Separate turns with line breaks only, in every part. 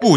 不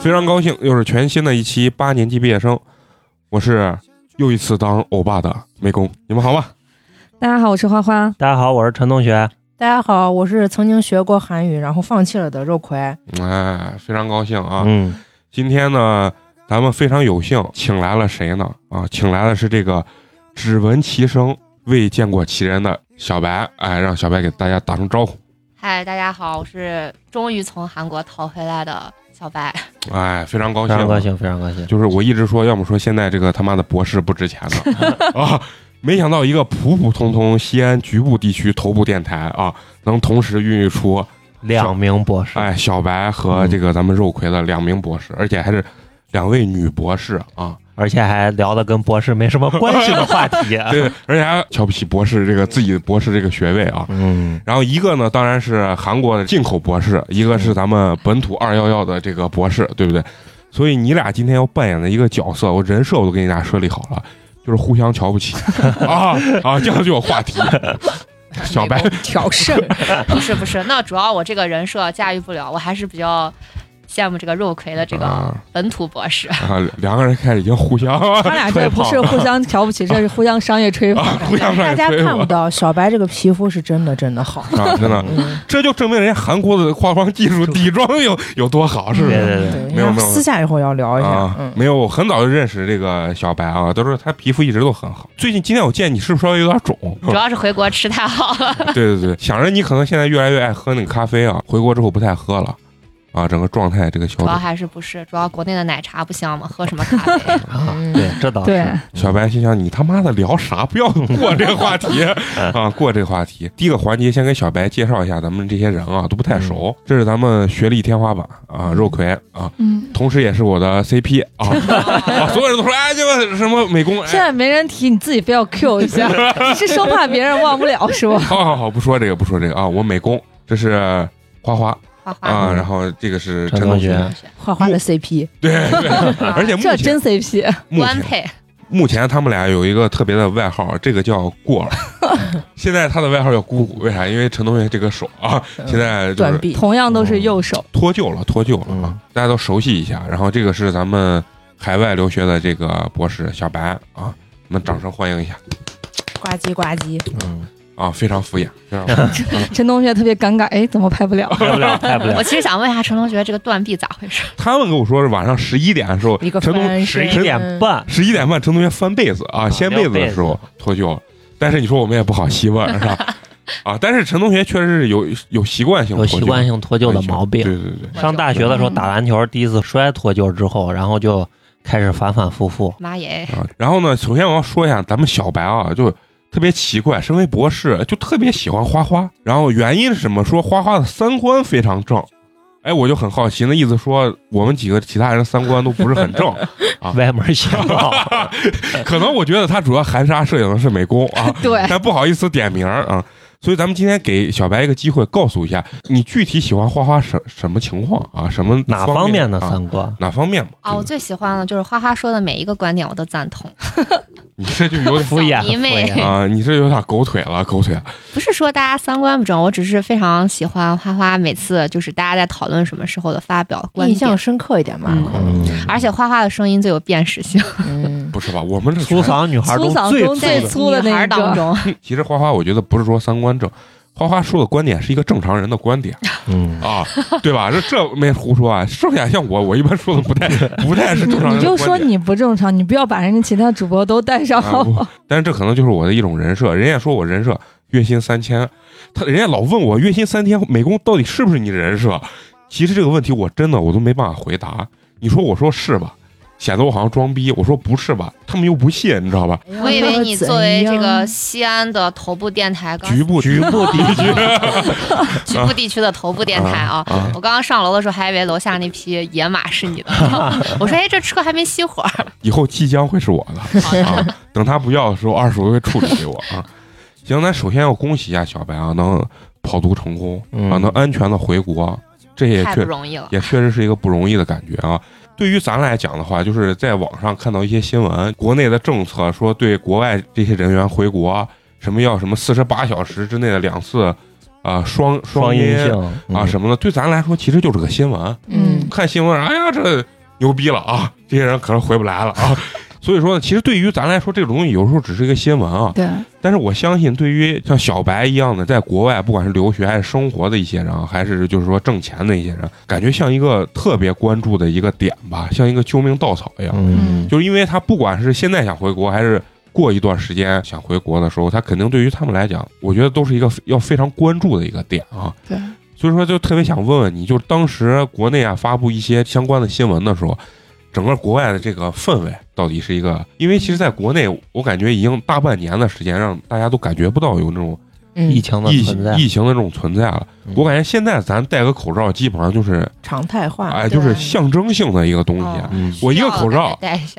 非常高兴，又是全新的一期八年级毕业生，我是又一次当欧巴的美工，你们好吗？
大家好，我是花花。
大家好，我是陈同学。
大家好，我是曾经学过韩语然后放弃了的肉葵。
哎，非常高兴啊！
嗯，
今天呢，咱们非常有幸请来了谁呢？啊，请来的是这个只闻其声未见过其人的小白，哎，让小白给大家打声招呼。
嗨，大家好，我是终于从韩国逃回来的小白。
哎，非常高
非
兴，
常高兴，非常高兴。
就是我一直说，要么说现在这个他妈的博士不值钱了啊，没想到一个普普通通西安局部地区头部电台啊，能同时孕育出
两名博士，
哎小白和这个咱们肉葵的两名博士，而且还是两位女博士啊，
而且还聊的跟博士没什么关系的话题。啊
对，而且还瞧不起博士这个自己博士这个学位啊。
嗯，
然后一个呢，当然是韩国的进口博士，一个是咱们本土二幺幺的这个博士，对不对？所以你俩今天要扮演的一个角色，我人设我都给你俩设立好了， 就是互相瞧不起 啊啊，这样就有话题。小白
美，
调圣，
不是不是，那主要我这个人设驾驭不了，我还是比较羡慕这个肉葵的这个
啊
本土博士。
啊，两个人开始已经互相
他俩这不 是互相瞧不起，这是互相商业吹捧。
啊，互相
大
上
家
吹
看不
了
到，小白这个皮肤是真的真的好。
啊，真 的，
嗯，
这就证明人家韩国的化妆技术底妆有有多好，是不
对
是？
对对，
对，
没有
那
没有
私下以后要聊一下。
啊
嗯，，
没有，我很早就认识这个小白啊，都说他皮肤一直都很好。最近今天我见你是不是稍微有点肿？
主要是回国吃太好
哦
了，
对对对，想着你可能现在越来越爱喝那个咖啡啊，回国之后不太喝了，啊，整个状态这个消
主要
肿。
还是不是，主要国内的奶茶不香嘛，喝什么 咖啡？
啊，
嗯
对，这倒
对
是。，
小白心想：你他妈的聊啥？不要过这个话题啊！过这个话题。第一个环节，先给小白介绍一下咱们这些人啊，都不太熟。这是咱们学历天花板啊，肉葵啊，
嗯，
同时也是我的 CP 啊啊！所有人都说哎，这个什么美工，哎
现在没人提，你自己非要 Q 一 下，你是生怕别人忘不了是 吧？
好好好，不说这个，不说这个啊，我美工，这是花花
花花
啊，然后这个是陈
陈
同
同学
学，
同学，
花花的 CP，
对，对
啊
而且目
这
前
真 CP，
目
官
前
配
目前他们俩有一个特别的外号，这个叫过儿，现在他的外号叫姑姑，为啥？因为陈同学这个手啊，现在就
断
是
臂。
同样都是右手。
脱臼了，脱臼了
嗯
啊，大家都熟悉一下。然后这个是咱们海外留学的这个博士小白啊，我们掌声欢迎一下
呱唧呱唧，
嗯，
啊，非常敷衍，非常敷衍
陈同学特别尴尬，哎，怎么拍不了？
拍不了，拍不
啊
了
我。其实想问一下陈同学，这个断臂咋回事？
他们跟我说是晚上十一点的时候，
一个
陈同
翻
十
身
一点半，
十一点半，陈同学翻被子啊，掀被子
撩被
的
子
时候脱臼，但是你说我们也不好吸味儿，是 吧？啊，但是陈同学确实是有有习惯性
有
脱臼
习惯性脱臼的毛病。
对对对，
上大学的时候打篮球，第一次摔脱臼之后，然后就开始反反复复。
妈耶，
啊。然后呢，首先我要说一下，咱们小白啊，就特别奇怪，身为博士就特别喜欢花花，然后原因是什么？说花花的三观非常正。哎，我就很好奇，那意思说我们几个其他人的三观都不是很正，啊
歪门邪 道，
可能我觉得他主要含沙射影的是美工啊，
对，
但不好意思点名儿啊。所以咱们今天给小白一个机会，告诉一下你具体喜欢花花什什么情况啊？什么
哪
方
方面的
啊？
三观？
哪方面嘛？
啊，
哦
我最喜欢的就是花花说的每一个观点我都赞同，
你这 就有点
敷衍，
小迷
敷
妹
衍。
啊，你这有点狗腿了，狗腿。
不是说大家三观不正，我只是非常喜欢花花每次就是大家在讨论什么时候的发表观
印象
点，
深刻一点嘛。
嗯，
嗯，
而且花花的声音最有辨识性，
嗯，
不是吧？我们这
粗
全
嗓女孩
粗
中
嗓
最
中
粗
最
的
粗的
女
那
孩
一
当
个，
中，
其实花花，我觉得不是说三观正，花花说的观点是一个正常人的观 点
嗯，
啊，对吧？这这没胡说啊。剩下像我，我一般说的不太不太是正常人的观点。
你就说你不正常，你不要把人家其他主播都带上，
啊 不但是这可能就是我的一种人设。人家说我人设月薪三千，他人家老问我月薪三千美工到底是不是你人设？其实这个问题我真的我都没办法回答。你说我说是吧，显得我好像装逼；我说不是吧，他们又不信，你知道吧？
哎
嗯
我以为你作为这
哎
个西安的头部电台，刚
局部局 部地区
局部地区的头部电台啊。
啊，
我刚刚上楼的时候，还以为楼下那匹野马是你的。 我说，哎，这车还没熄火。
以后即将会是我的啊！等他不要的时候，二叔会处理给我啊。行，咱首先要恭喜一下小白啊，能跑图成功啊，
嗯
能安全的回国，这也
太不
确
容易了。
也确实是一个不容易的感觉啊。对于咱来讲的话，就是在网上看到一些新闻，国内的政策说对国外这些人员回国，啊什么要什么四十八小时之内的两次啊、双
双
阴
阴性嗯
啊
么
什么的，对咱来说其实就是个新闻。
嗯
看新闻，哎呀，这牛逼了啊！这些人可能回不来了啊。 所以说呢，其实对于咱来说，这个东西有时候只是一个新闻啊。
对，
但是我相信，对于像小白一样的在国外，不管是留学还是生活的一些人啊，还是就是说挣钱的一些人，感觉像一个特别关注的一个点吧，像一个救命稻草一样。
嗯
就是因为他不管是现在想回国，还是过一段时间想回国的时候，他肯定对于他们来讲，我觉得都是一个要非常关注的一个点啊。
对，
所以说就特别想问问你，就是当时国内啊发布一些相关的新闻的时候，整个国外的这个氛围到底是一个？因为其实在国内，我感觉已经大半年的时间，让大家都感觉不到有那种
疫
嗯，
情的
疫
存在，
疫情的这种存在了。
嗯
我感觉现在咱戴个口罩，基本上就是
常态
啊
化。
哎，就是象征性的一个东西。啊
哦
嗯
我一个口罩
戴一下。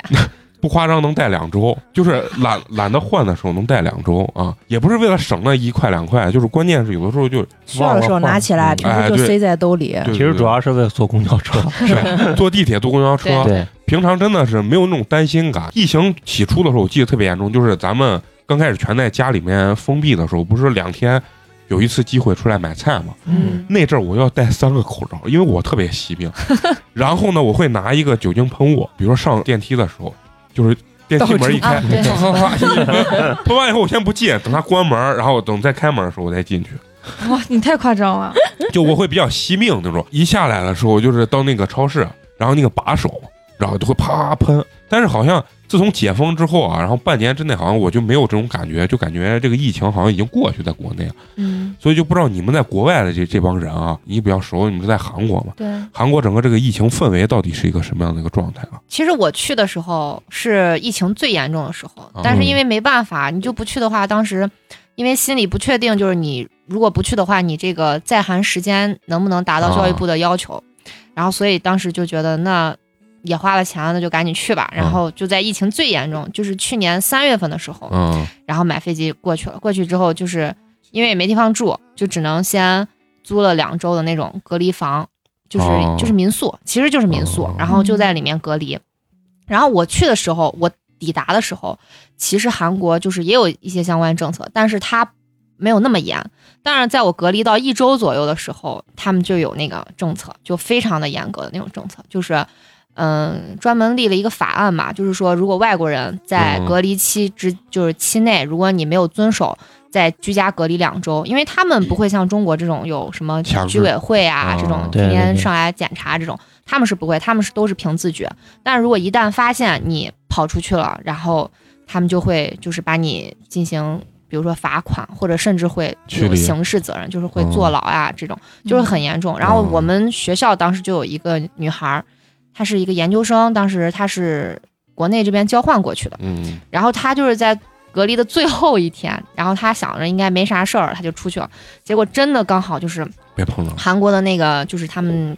不夸张，能戴两周，就是懒 懒得换的时候能戴两周啊，也不是为了省那一块两块，就是关键是有的时候就
需要的时候拿起来，
忘了
平
换
时就塞在兜里。
对
其实主要是为了坐公交车，
啊是坐地铁、坐公交车，
啊
对，
平常真的是没有那种担心感。疫情起初的时候，我记得特别严重，就是咱们刚开始全在家里面封闭的时候，不是两天有一次机会出来买菜吗？
嗯
那阵儿我要戴三个口罩，因为我特别惜 命。然后呢，我会拿一个酒精喷雾，比如说上电梯的时候，就是电梯门一开，
到处 啊对
唰唰唰喷完以后我先不进，等它关门，然后等再开门的时候我再进去。
哇，你太夸张了，
就我会比较惜命那种。一下来的时候，就是到那个超市，然后那个把手，然后就会啪喷。但是好像自从解封之后啊，然后半年之内好像我就没有这种感觉，就感觉这个疫情好像已经过去，在国内，
嗯，
所以就不知道你们在国外的这这帮人啊，你比较熟，你们在韩国嘛？
对。
韩国整个这个疫情氛围到底是一个什么样的一个状态啊？
其实我去的时候是疫情最严重的时候
哦，
但是因为没办法，你就不去的话，当时因为心里不确定，就是你如果不去的话，你这个在韩时间能不能达到教育部的要求，然后所以当时就觉得那也花了钱了，那就赶紧去吧。然后就在疫情最严重，就是去年三月份的时候，
嗯，
然后买飞机过去了。过去之后，就是因为也没地方住，就只能先租了两周的那种隔离房，就是、
哦
就是民宿，其实就是民宿
哦，
然后就在里面隔离。然后我去的时候，我抵达的时候，其实韩国就是也有一些相关政策，但是它没有那么严。但是在我隔离到一周左右的时候，他们就有那个政策，就非常的严格的那种政策，就是。嗯，专门立了一个法案嘛，就是说，如果外国人在
嗯
隔离期之、就是期内，如果你没有遵守，在居家隔离两周，因为他们不会像中国这种有什么
强制
居委会啊
啊
这种
对
天
对
天
对
上来检查这种，他们是不会，他们是都是凭自觉。但如果一旦发现你跑出去了，然后他们就会就是把你进行，比如说罚款，或者甚至会
驱
有
离哦
刑事责任，就是会坐牢呀、这种，就是很严重。然后
嗯
我们学校当时就有一个女孩儿，她是一个研究生，当时她是国内这边交换过去的，
嗯，
然后她就是在。隔离的最后一天，然后她想着应该没啥事儿，她就出去了。结果真的刚好就是
别碰了，
韩国的那个就是他们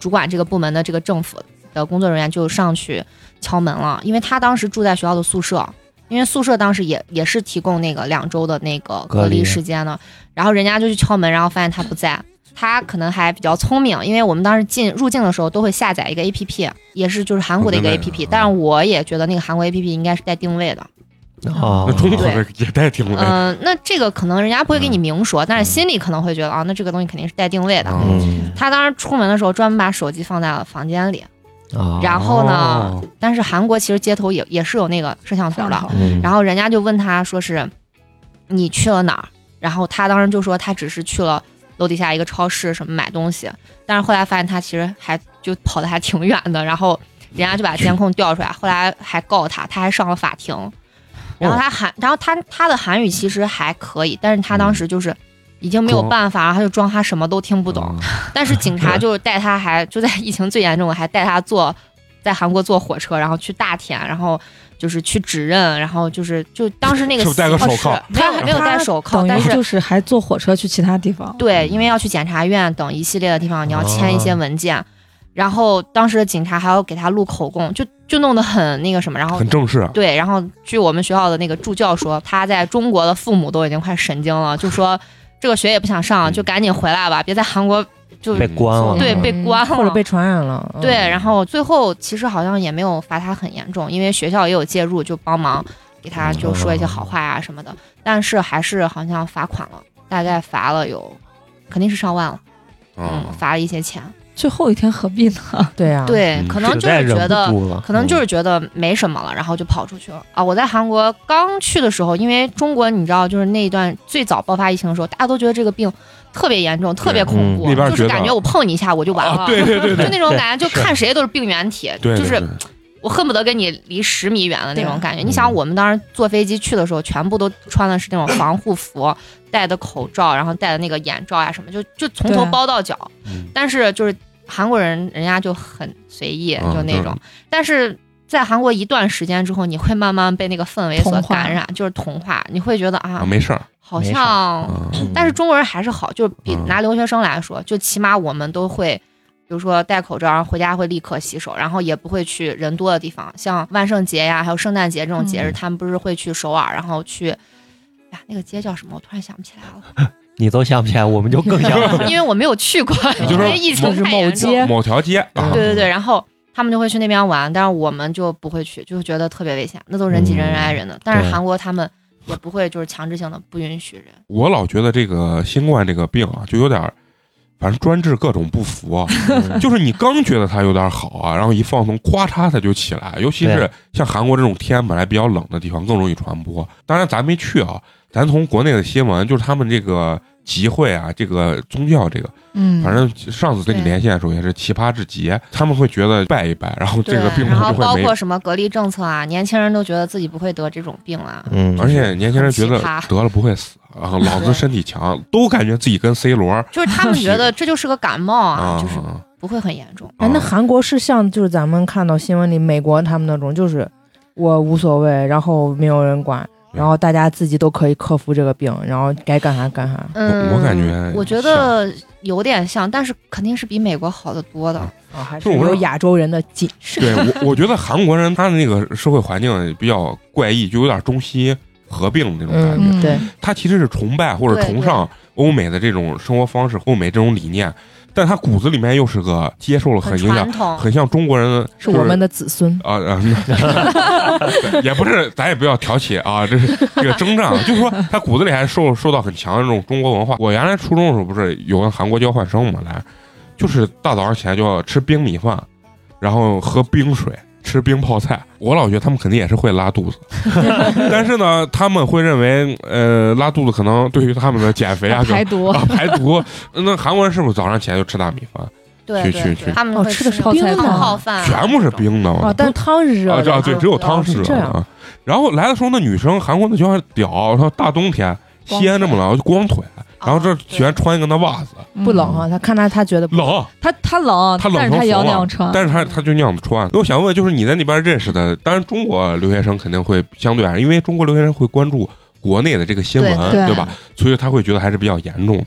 主管这个部门的这个政府的工作人员就上去敲门了，因为他当时住在学校的宿舍，因为宿舍当时也也是提供那个两周的那个
隔
隔离
离
时间的，然后人家就去敲门，然后发现他不在。他可能还比较聪明，因为我们当时进入境的时候都会下载一个 A P P，也是就是韩国的一个 A
嗯
P P，但是我也觉得那个韩国 A P P 应该是带定位的，
啊
那，中国的也带挺累，
嗯、那这个可能人家不会给你明说，但是心里可能会觉得啊，那这个东西肯定是带定位的，
嗯
他当时出门的时候专门把手机放在了房间里，
啊，
嗯然后呢，
哦
但是韩国其实街头也也是有那个摄像头的，
嗯
然后人家就问他说是你去了哪儿，然后他当时就说他只是去了楼底下一个超市什么买东西，但是后来发现他其实还就跑的还挺远的，然后人家就把监控调出来，后来还告他，他还上了法庭，然后他韩，然后他他的韩语其实还可以，但是他当时就是已经没有
装
办法，然后他就装他什么都听不懂。
嗯
但是警察就是带他还就在疫情最严重的，还带他坐在韩国坐火车，然后去大田，然后就是去指认，然后就是就当时那个
是不是戴个
形
手
式
铐
没有没有戴手铐，但
等于
是。
就是还坐火车去其他地方。
对，因为要去检察院等一系列的地方，你要签一些文件，然后当时的警察还要给他录口供，就就弄得很那个什么，然后
很正式，啊
对，然后据我们学校的那个助教说，他在中国的父母都已经快神经了，就说这个学也不想上，就赶紧回来吧，别在韩国就
被关了，
对
嗯
被关了
或者被传染
嗯
了。嗯
对，然后最后其实好像也没有罚他很严重，因为学校也有介入，就帮忙给他就说一些好话啊什
嗯
么的，但是还是好像罚款了，大概罚了有，肯定是上万了，嗯，
啊，
罚了一些钱，
最后一天何必呢？
对啊呀，
对，
嗯
可能就
实在
是
忍
觉
不
得。
住了，
可能就是觉得没什么了，然后就跑出去了啊！我在韩国刚去的时候，因为中国你知道，就是那一段最早爆发疫情的时候，大家都觉得这个病特别严重，特别恐怖，
嗯那边
就是
觉得
感觉我碰你一下我 就完了，
啊对对对
就
对
那种感觉，就是看谁都是病原体，
对，
就是
对对
我恨不得跟你离十米远的那种
对
感觉。
嗯
你想，我们当时坐飞机去的时候，全部都穿的是那种防护服，戴的口罩，然后戴的那个眼罩啊什么，就就从头
对
包到脚。
嗯
但是就是韩国人，人家就很随意，
嗯
就那种。但是在韩国一段时间之后，你会慢慢被那个氛围所
同化
感染，就是同化，你会觉得
啊，
啊，
没事儿，
好
没事
像
啊
嗯但
嗯
是中国人还是好，就是比
嗯
拿留学生来说，就起码我们都会，比如说戴口罩，然后回家会立刻洗手，然后也不会去人多的地方，像万圣节呀，还有圣诞节这种节日，
嗯
他们不是会去首尔，然后去。哎呀，那个街叫什么？我突然想不起 来
你都想不起来，我们就更 想不起
了，
来。
因为我没有去过，
你就
因
说
为疫情
某
太
某
严重
街
某条街啊，
对对对，然后他们就会去那边玩，但是我们就不会去，就觉得特别危险，那都人挤人、人挨人
嗯
的。但是
对
韩国他们也不会就是强制性的不允许人。
我老觉得这个新冠这个病啊，就有点儿，反正专治各种不服啊，
嗯
就是你刚觉得它有点好啊，然后一放松，咵嚓它就起来。尤其是
对
像韩国这种天本来比较冷的地方，更容易传播。当然咱没去啊，咱从国内的新闻，就是他们这个集会啊，这个宗教这个，
嗯，
反正上次跟你
对
连线的时候也是奇葩至极，他们会觉得拜一拜，然后这
对，
个病毒
然后
就
包
会没
括。什么隔离政策啊，年轻人都觉得自己不会得这种病啊。
嗯，
而且年轻人觉得
很奇葩
得了不会死 啊，老子
对
身体强，都感觉自己跟 C 罗啊
就是他们 觉得这就是个感冒啊，
啊
就是不会很严重。
哎，
哦
那韩国是像就是咱们看到新闻里美国他们那种，就是我无所谓，然后没有人管，然后大家自己都可以克服这个病，然后该干啥干啥。
嗯，
我感觉
我觉得有点像，但是肯定是比美国好得多的。
啊，还
就是我说
有亚洲人的谨慎。
对我，我觉得韩国人他的那个社会环境比较怪异，就有点中西合并那种感觉。
嗯对，
他其实是崇拜或者
对
崇尚欧美的这种生活方式、欧美这种理念，但他骨子里面又是个接受了很影响
传，统，
很像中国人，
是我们的子孙。
啊啊，那 也不是，咱也不要挑起啊，这是这个征战，啊就是说他骨子里还受受到很强的这种中国文化。我原来初中的时候不是有个韩国交换生嘛，来，就是大早上起来就要吃冰米饭，然后喝冰水。吃冰泡菜，我老觉得他们肯定也是会拉肚子， 但是呢，他们会认为，呃，拉肚子可能对于他们的减肥啊、
排毒，
啊
啊
排毒，那韩国人是不是早上起来就吃大米饭，
对
去
对
去
对，
去
他们
哦
会
吃的是
那种
冰的
汤泡饭啊，
全部是冰的？
啊，但汤是热
哦啊，这
的。哦
啊对，只有汤是
是
热
这
的
样
啊。然后来的时候，那女生韩国的就很屌，说大冬天
光
西安这么冷，就光腿，
啊，
然后这喜欢
对
穿一个那袜子，
不冷啊，他看他他觉得不
冷，
他他冷，
他冷
但是他
成
也要
怂
那
了
样穿。
但是她她就那样子穿。那我想问，就是你在那边认识的，当然中国留学生肯定会相对而言，因为中国留学生会关注国内的这个新闻，
对
对
吧？所以他会觉得还是比较严重的。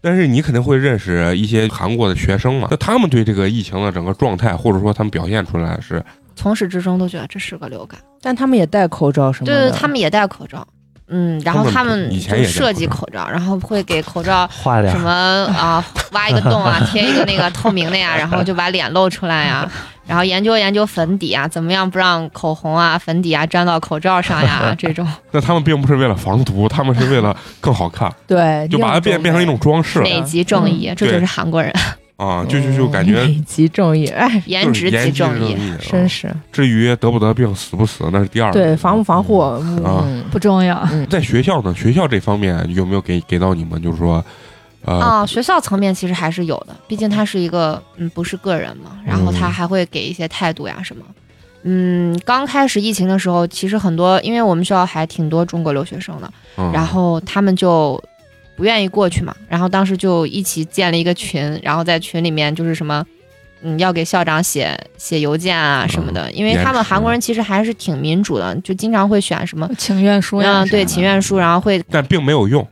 但是你肯定会认识一些韩国的学生嘛？那他们对这个疫情的整个状态，或者说他们表现出来是
从始至终都觉得这是个流感。
但他们也戴口罩什么
对
的。
对，他们也戴口罩。嗯，然后
嗯他
他
们
们
以前
就
也戴
设计
口
口罩，然后会给口罩
画点
什么啊，挖一个 洞啊，贴一个那个透明的呀，然后就把脸露出来呀，然后研究研究粉底啊，怎么样不让口红啊、粉底啊沾到口罩 上呀，这种
那他们并不是为了防毒，他们是为了更好看，
对，
就把它变变成一
哎
种装饰
啊
美极正义，
嗯
这就是 韩国人
啊，
嗯
就就就感觉
美极正义，哎，
颜值
就是
即
颜值
正义。
啊
真是
至于得不得病、死不死，那是第二。
对防不防护，
啊
嗯，
不重要，
嗯
在学校呢，学校这方面有没有给给到你们？就是说，呃，
啊、学校层面其实还是有的，毕竟他是一个嗯，不是个人嘛，然后他
嗯
还会给一些态度呀什么。嗯，刚开始疫情的时候，其实很多，因为我们学校还挺多中国留学生的，
嗯
然后他们就不愿意过去嘛，然后当时就一起建了一个群，然后在群里面就是什么，嗯，要给校长写写邮件啊什么的，因为他
嗯延
们
迟
韩国人其实还是挺民主的，就经常会选什么，
情愿书
啊
呀，
嗯，对，
啊
请愿书，然后会
但并没有用，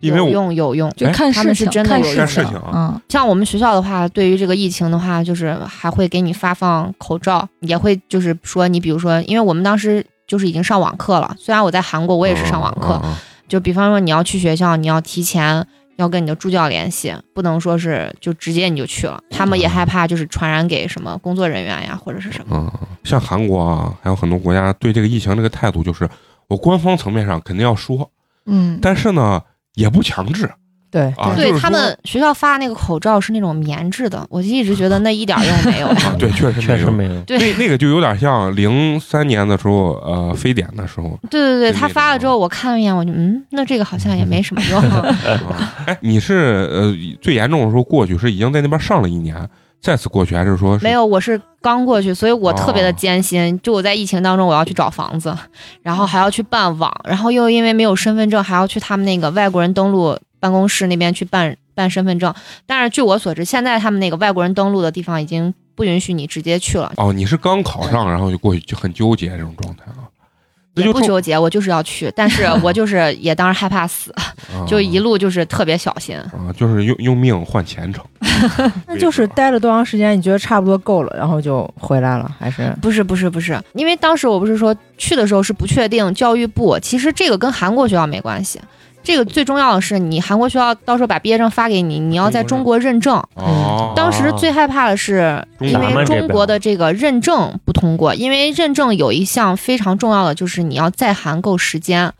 因为
有
我
用有用，
就看
他
事
们是
情，
真的
看
有
事
哎看
情
啊
事情啊
嗯，
像我们学校的话，对于这个疫情的话，就是还会给你发放口罩，也会就是说你比如说，因为我们当时就是已经上网课了，虽然我在韩国我也是上网课，
嗯嗯嗯
就比方说你要去学校，你要提前要跟你的助教联系，不能说是就直接你就去了，他们也害怕就是传染给什么工作人员呀或者是什么，
嗯，嗯像韩国啊，还有很多国家对这个疫情这个态度，就是我官方层面上肯定要说，
嗯，
但是呢也不强制
对，
啊。
对
就是说
他们学校发那个口罩是那种棉质的，我就一直觉得那一点用没有。
啊，对，确 实
确实
有。
没有。
对
那那个就有点像零三年的时候，呃，非典的时候。
对对 对，
对
他发了之后我看了一眼，我就嗯，那这个好像也没什么 用。
啊 哎，你是呃最严重的时候过去是已经在那边上了一年，再次过去还是说是
没有，我是刚过去，所以我特别的
哦
艰辛。就我在疫情当中，我要去找房子，然后还要去办网，然后又因为没有身份证，还要去他们那个外国人登录办公室那边去办办身份证。但是据我所知，现在他们那个外国人登录的地方已经不允许你直接去了。
哦，你是刚考上，然后就过去就很纠结这种状态啊，那
也
就
不
冲
纠结，我就是要去，但是我就是 也当时害怕死，
啊
就一路就是特别小心。
啊，就是用用命换前程，
那 就是待了多长时间？你觉得差不多够了，然后就回来了，还是
不是不是不是，因为当时我不是说去的时候是不确定教育部，其实这个跟韩国学校没关系。这个最重要的是，你韩国学校到时候把毕业证发给你，你要在中国认证。
哦，
当时最害怕的是，
中
因
国
为中国的这个认证不通过，因为认证有一项非常重要的就是你要在韩够时间，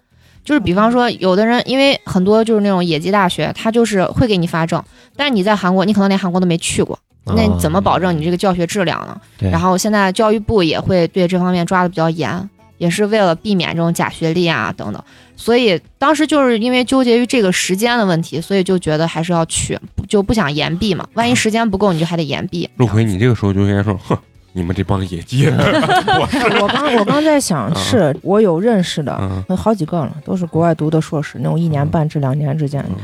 就是比方说有的人，因为很多就是那种野鸡大学，他就是会给你发证，但是你在韩国，你可能连韩国都没去过，那你怎么保证你这个教学质量呢？
啊对
然后现在教育部也会对这方面抓的比较严，也是为了避免这种假学历啊等等。所以当时就是因为纠结于这个时间的问题，所以就觉得还是要去，不就不想延毕嘛。
嗯
万一时间不够，你就还得延毕。
陆奎，你这个时候就应该说，哼，你们这帮野鸡，
我刚我刚在想，
嗯
是我有认识的，
嗯
有好几个了，都是国外读的硕士，那种一年半至两年之间的
嗯。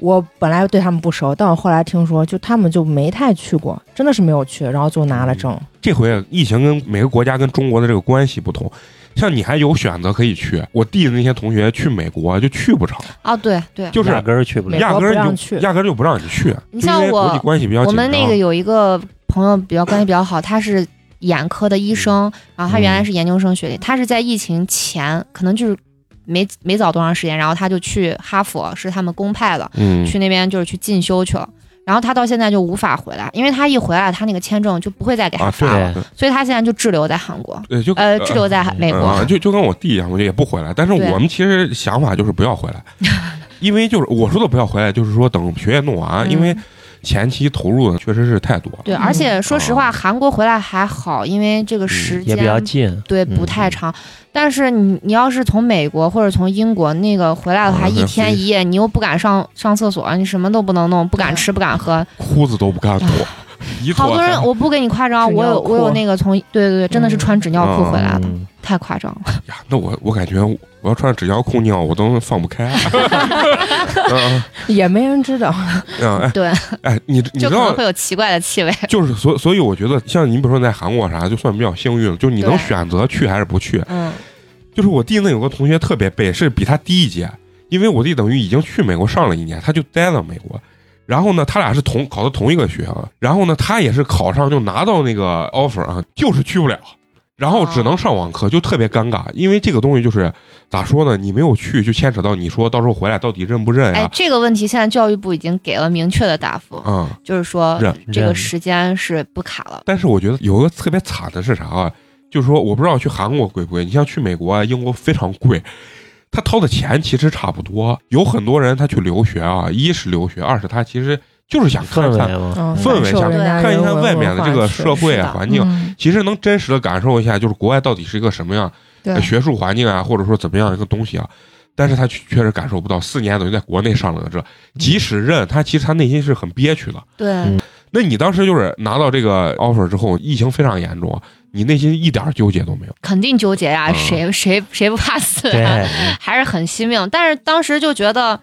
我本来对他们不熟，但我后来听说，就他们就没太去过，真的是没有去，然后就拿了证。
这回疫情跟每个国家跟中国的这个关系不同，像你还有选择可以去，我弟的那些同学去美国就去不成，
啊，对对，
就是
压根儿去不了
美。
压
国
根儿
不让
你就
去
压根儿就不让你去，
你
就
像
因为
我
国际关系比较紧
我
张。
们那个有一个朋友比较关系比较好，他是眼科的医生，
嗯
然后他原来是研究生学历，他是在疫情前可能就是没没早多长时间，然后他就去哈佛，是他们公派的。
嗯
去那边就是去进修去了。然后他到现在就无法回来，因为他一回来，他那个签证就不会再给他
啊，
发
对
了，
啊，
所以他现在就滞留在韩国，
对，就
呃，滞留在美国。
嗯啊，就就跟我弟一样，我就也不回来。但是
对
我们其实想法就是不要回来， 因为就是我说的不要回来，就是说等学业弄完，
嗯
啊因为前期投入的确实是太多了。
对，而且说实
嗯
话，韩国回来还好，因为这个时
嗯也
间、
比较近，嗯
对不太长。但是你你要是从美国或者从英国那个回来的话，
啊那
一天一夜，你又不敢上上厕所，你什么都不能弄，不敢吃，不敢喝。
裤子都不 敢脱，啊一啊脱
好多人，
三
我不给你夸张，
纸
我
尿
有我有
裤
那个从对对对，真的是
嗯
穿纸尿裤回来的，
嗯
太夸张了。
呀，那我我感觉我要穿纸尿裤尿，我都放不 开。 嗯
也没人知道，
嗯，哎
对，
哎，你你知
就可能
道
会。有奇怪的气味。
就是所所以我觉得像你比如说在韩国啥，就算比较幸运了，就你能
对
选择去还是不去。
嗯，
就是我弟那有个同学特别背，是比他低一届，因为我弟等于已经去美国上了一年，他就待到美国。然后呢，他俩是同考的同一个学校，然后呢，他也是考上就拿到那个 offer 啊，就是去不了，然后只
哦
能上网课，就特别尴尬。因为这个东西就是咋说呢，你没有去，就牵扯到你说到时候回来到底认不认
哎
呀，？
这个问题现在教育部已经给了明确的答复，
啊、
就是说
认
这
认
个时间是不卡了。
但是我觉得有一个特别惨的是啥啊？就是说，我不知道去韩国贵不贵，你像去美国啊、英国非常贵，他掏的钱其实差不多。有很多人他去留学啊，一是留学，二是他其实就是想看
氛围
看
嘛，
嗯，
氛围
感受
下
人家
看一
人
看
文
外面的
文化
这个
是
社会
是
啊
的
环境，
嗯
其实能真实的感受一下，就是国外到底是一个什么样、
对
呃，学术环境啊，或者说怎么样一个东西啊。但是他确确实感受不到，四年等于在国内上了个这，即使认他，其实他内心是很憋屈的。
对
嗯，
那你当时就是拿到这个 offer 之后，疫情非常严重，啊你内心一点纠结都没有。
肯定纠结呀，
嗯
谁谁谁不怕死
对
啊？还是很惜命。但是当时就觉得，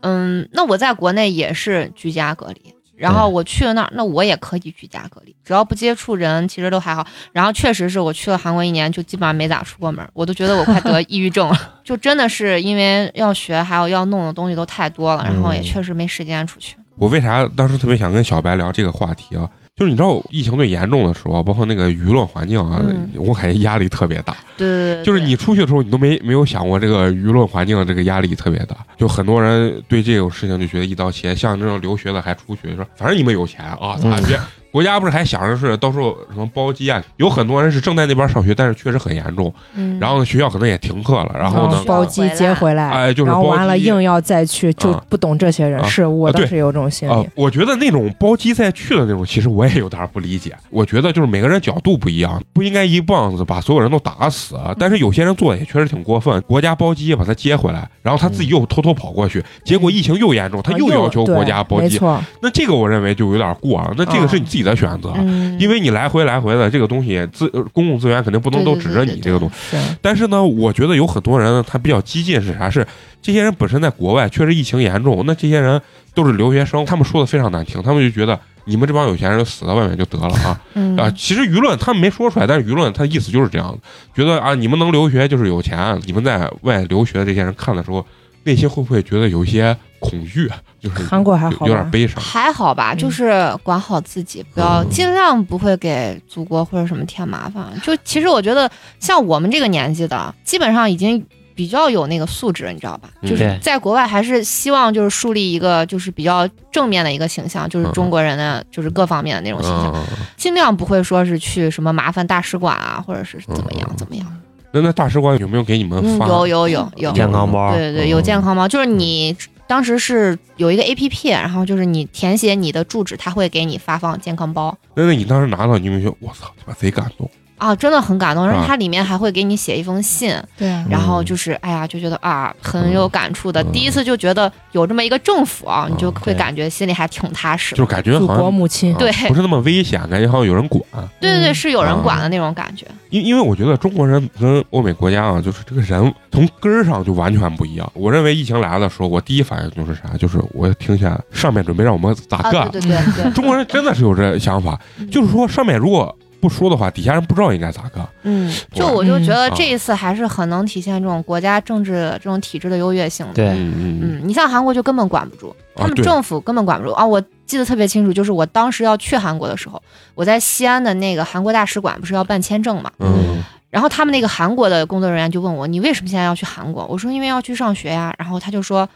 嗯，那我在国内也是居家隔离，然后我去了那儿，那我也可以居家隔离，只要不接触人，其实都还好。然后确实是我去了韩国一年，就基本上没咋出过门，我都觉得我快得抑郁症 了，就真的是因为要学还有要弄的东西都太多了，然后也
嗯
确实没时间出去。
我为啥当时特别想跟小白聊这个话题啊？就是你知道疫情最严重的时候，包括那个舆论环境啊，
嗯
我感觉压力特别大。
对对对，
就是
对
你出去的时候，你都没没有想过这个舆论环境的这个压力特别大，就很多人对这种事情就觉得一刀切。像这种留学的还出去说，反正你们有钱啊，
嗯
咋别、国家不是还想着是到时候什么包机啊？有很多人是正在那边上学，但是确实很严重。
嗯，
然后呢，学校可能也停课了，然后呢
哦，
嗯包机接回来，
哎就是
然后
包
完了
机
硬要再去，就
啊
不懂这些人。
啊
是我
啊对
当时有这种心理，
呃，我觉得那种包机再去的那种，其实我也有点不理解。我觉得就是每个人角度不一样，不应该一棒子把所有人都打死。啊但是有些人做的也确实挺过分，国家包机把他接回来，然后他自己又偷偷跑过去，结果疫情又严重，他
啊
又要求
对
国家包
没
机。
错，嗯
那这个我认为就有点过啊了，那这个是你自己的选择。
嗯，
啊因为你来回来回的这个东西，资呃公共资源肯定不能都
对对
指
对
着
对
你这个东
对
西。
是
但是呢，我觉得有很多人呢，他比较激进是啥？是这些人本身在国外确实疫情严重，那这些人都是留学生，他们说的非常难听，他们就觉得你们这帮有钱人就死在外面就得了啊
嗯
啊！其实舆论他们没说出来，但是舆论他意思就是这样的，觉得啊，你们能留学就是有钱，你们在外留学的这些人看的时候，内心会不会觉得有一些恐惧？ 就是
韩国还
有
啊好吧
有点悲伤。
还好吧，
嗯
就是管好自己，不要
嗯
尽量不会给祖国或者什么添麻烦。就其实我觉得，像我们这个年纪的，基本上已经比较有那个素质，你知道吧？
嗯
就是在国外还是希望就是树立一个就是比较正面的一个形象，就是中国人的就是各方面的那种形象，
嗯，
尽量不会说是去什么麻烦大使馆啊，或者是怎么
嗯
样怎么样。
那那大使馆有没有给你们
嗯，
发？
有有有有，
健康
啊
包，
对对，有
嗯
健康包，就是你当时是有一个 A P P，然后就是你填写你的住址，它会给你发放健康包
那那你当时拿到，你有没有觉得我操，他妈贼感动？
啊，真的很感动。然
是
后
吧
它里面还会给你写一封信，
对啊
然后就是哎呀，就觉得啊很有感触的
嗯，
第一次就觉得有这么一个政府啊，你就
嗯
会
对
感觉心里还挺踏实
就。是感觉
祖
好像
国母亲
啊，
嗯对
不是那么危险，感觉好像有人管。
对对对，
嗯
是有人管的那种感觉。
因因为我觉得中国人跟欧美国家啊，就是这个人从根儿上就完全不一样。我认为疫情来的时候，我第一反应就是啥，就是我听下来上面准备让我们咋
啊，
干。
对对 对对，
中国人真的是有这想法，
嗯
就是说上面如果不说的话，底下人不知道应该咋干。
嗯，就
对
我就觉得
嗯
这一次还是很能体现这种国家政治这种体制的优越性的。
对，
嗯嗯，
嗯，你像韩国就根本管不住，
啊
嗯他们
对
政府根本管不住啊！我记得特别清楚，就是我当时要去韩国的时候，我在西安的那个韩国大使馆不是要办签证嘛，
嗯
然后他们那个韩国的工作人员就问我，你为什么现在要去韩国？我说因为要去上学呀、然后他就说。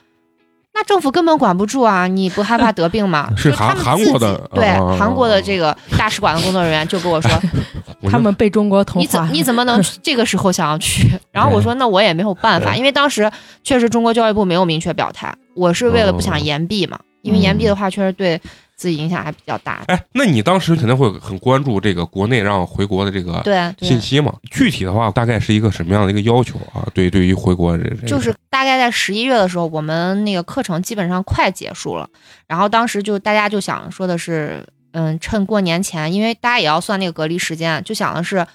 那政府根本管不住啊！你不害怕得病吗
？是
就他们
韩韩
自己
国的
对
啊啊啊啊
韩国的这个大使馆的工作人员就跟我说，
我
他
觉得
们被中国同
你怎
化，
你怎么能这个时候想要去？然后我说那我也没有办法，因为当时确实中国教育部没有明确表态，我是为了不想延毕嘛，因为延毕的话确实对自己影响还比较大。
哎，那你当时肯定会很关注这个国内让回国的这个
对啊
信
对，
息嘛？具体的话，大概是一个什么样的一个要求啊？对，对于回国这这
就是大概在十一月的时候，我们那个课程基本上快结束了，然后当时就大家就想说的是，嗯，趁过年前，因为大家也要算那个隔离时间，啊就想的是。
嗯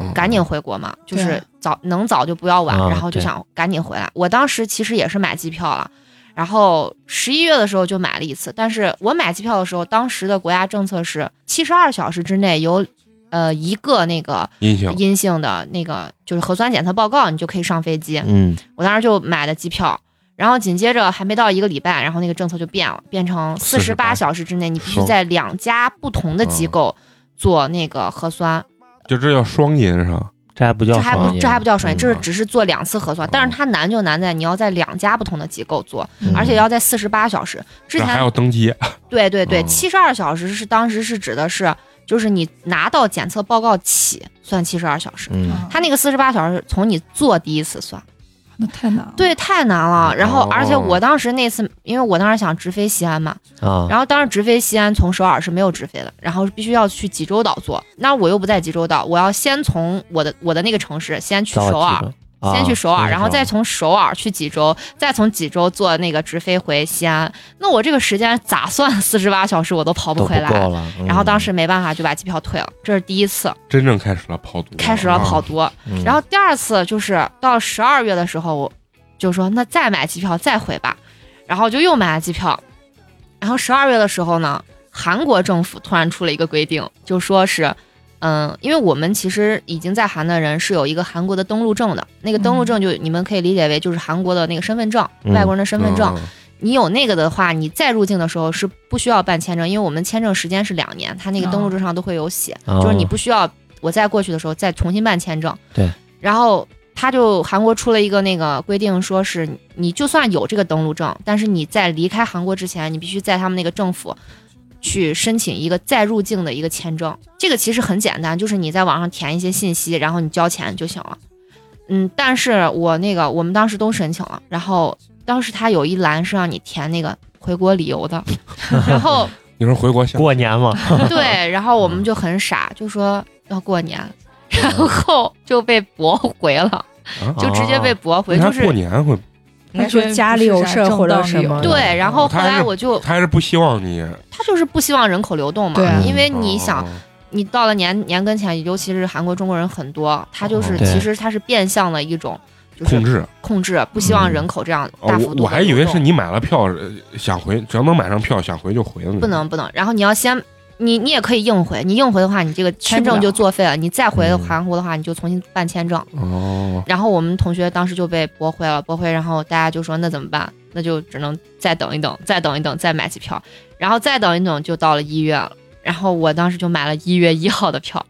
嗯，赶紧回国嘛，就
对
是
啊
早能早就不要晚，
哦啊
然后就
对
想赶紧回来。我当时其实也是买机票了，然后十一月的时候就买了一次，但是我买机票的时候，当时的国家政策是七十二小时之内有呃一个那个
阴性
阴性的那个就是核酸检测报告，你就可以上飞机。
嗯，
我当时就买了机票，然后紧接着还没到一个礼拜，然后那个政策就变了，变成四十
48
八小时之内你必须
双
在两家不同的机构做那个核酸，
就这叫双阴是吧？
这还不叫
这还
双
不
阴
这还不叫双阴，
嗯
这是只是做两次核酸，但是它难就难在你要在两家不同的机构做，
嗯
而且要在四十八小时之
这还
前
要登机
对对对，
嗯
七十二小时是当时是指的是，就是你拿到检测报告起算七十二小时，
嗯，
他那个四十八小时从你做第一次算，
那太难了。
对，太难了。然后
哦，
而且我当时那次，因为我当时想直飞西安嘛，
啊，
嗯然后当时直飞西安从首尔是没有直飞的，然后必须要去济州岛做，那我又不在济州岛，我要先从我的我的那个城市先去
到
首尔，
济州，
先去首尔，
啊
然后再从首尔去济州，再从济州坐那个直飞回西安。那我这个时间咋算四十八小时我都跑
都不
回来。
够了。嗯
然后当时没办法就把机票退了，这是第一次
真正开始了跑毒，
开始了跑毒。
嗯
然后第二次就是到十二月的时候，我就说那再买机票再回吧。然后就又买了机票。然后十二月的时候呢，韩国政府突然出了一个规定，就说是，嗯，因为我们其实已经在韩的人是有一个韩国的登陆证的，那个登陆证就你们可以理解为就是韩国的那个身份证，
嗯
外国人的身份证。
嗯
你有那个的话，你再入境的时候是不需要办签证，因为我们签证时间是两年，它那个登录证上都会有写，
哦
就是你不需要我再过去的时候再重新办签证。
对，
然后他就韩国出了一个那个规定，说是你就算有这个登录证，但是你在离开韩国之前，你必须在他们那个政府。去申请一个再入境的一个签证，这个其实很简单，就是你在网上填一些信息，然后你交钱就行了。嗯，但是我那个我们当时都申请了，然后当时他有一栏是让你填那个回国理由的， 然后
你说回国想
啊过年嘛，
对，然后我们就很傻，就说要过年，然后就被驳回了， 就直
啊
接被驳回，
为啥
就
哦过
是
年会？
应该说家里有事儿或者什么
对。然后后
哦他还
来
是
我就
他还是不希望你，
他就是不希望人口流动嘛
对啊，
因为你想
哦，
你到了年年跟前，尤其是韩国中国人很多，他就是
哦
对
其实他是变相的一种就
控
是
制。
控制，不希望人口这样
哦
大幅
我
度。
我还以为是。你买了票呃想回，只要能买上票想回就回了。
不能不能。然后你要先，你你也可以硬回，你硬回的话，你这个签证就作废了。你再回
嗯
韩国的话，你就重新办签证。
哦，
然后我们同学当时就被驳回了，驳回，然后大家就说那怎么办？那就只能再等一等，再等一等，再买机票，然后再等一等，就到了一月了。然后我当时就买了一月一号的票，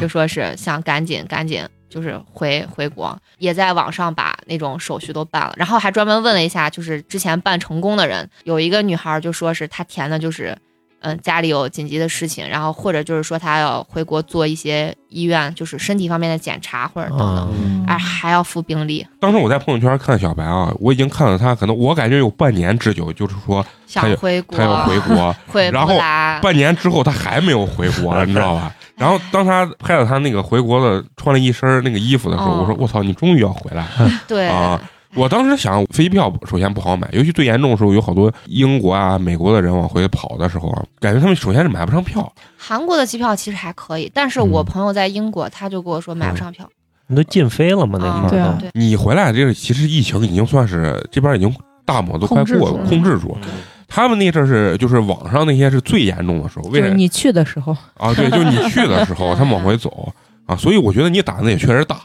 就说是想赶紧赶紧，就是回回国，也在网上把那种手续都办了，然后还专门问了一下，就是之前办成功的人，有一个女孩就说是她填的就是。嗯，家里有紧急的事情，然后或者就是说她要回国做一些医院，就是身体方面的检查或者等等。
啊，
哎，还要付病历，
当时我在朋友圈看小白啊，我已经看到他，可能我感觉有半年之久，就是说
想
他要
回国，
他要回国，
回
然
不
后
来，
半年之后他还没有回 国，你知道吧？然后当他拍到他那个回国的穿了一身那个衣服的时候，
哦
我说我操，你终于要回来了
对，
啊！我当时想，飞机票首先不好买，尤其最严重的时候，有好多英国啊、美国的人往回跑的时候啊，感觉他们首先是买不上票，
韩国的机票其实还可以，但是
嗯
我朋友在英国，他就跟我说买不上票，
你都禁飞了嘛那
啊，
块
对
儿
啊
都。
对，
你回来这个其实疫情已经算是这边已经大漠都快过了，控
控
制住。
嗯
他们那阵儿是就是网上那些是最严重的时候，为
就是
啥
你去的时候，
啊？对，就是你去的时候他们往回走啊，所以我觉得你胆子也确实大。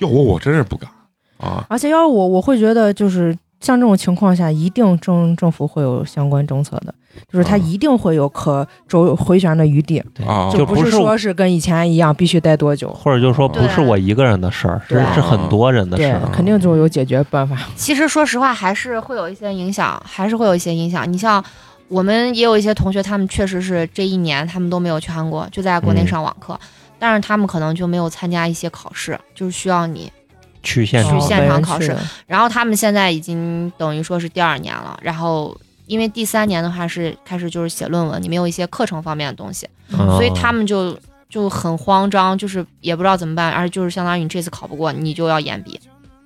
要我我真是不敢啊。
而且要是我，我会觉得就是像这种情况下，一定政政府会有相关政策的，就是它
啊
一定会有可周回旋的余地，
对
啊
哦就
不
不
是
是
说是跟以前一样必须待多久。
或者就说不
啊
是我一个人的事儿，是
对
是啊很多人的事
对
儿，。
肯定就有解决办法。
其实说实话还是会有一些影响，还是会有一些影响。你像我们也有一些同学，他们确实是这一年他们都没有去韩国，就在国内
嗯
上网课，但是他们可能就没有参加一些考试，就是需要你
去现场
去现场考
本人去
然后他们现在已经等于说是第二年了，然后因为第三年的话是开始就是写论文，你没有一些课程方面的东西，
啊
所以他们就就很慌张，就是也不知道怎么办，而就是相当于你这次考不过，你就要延毕，
哦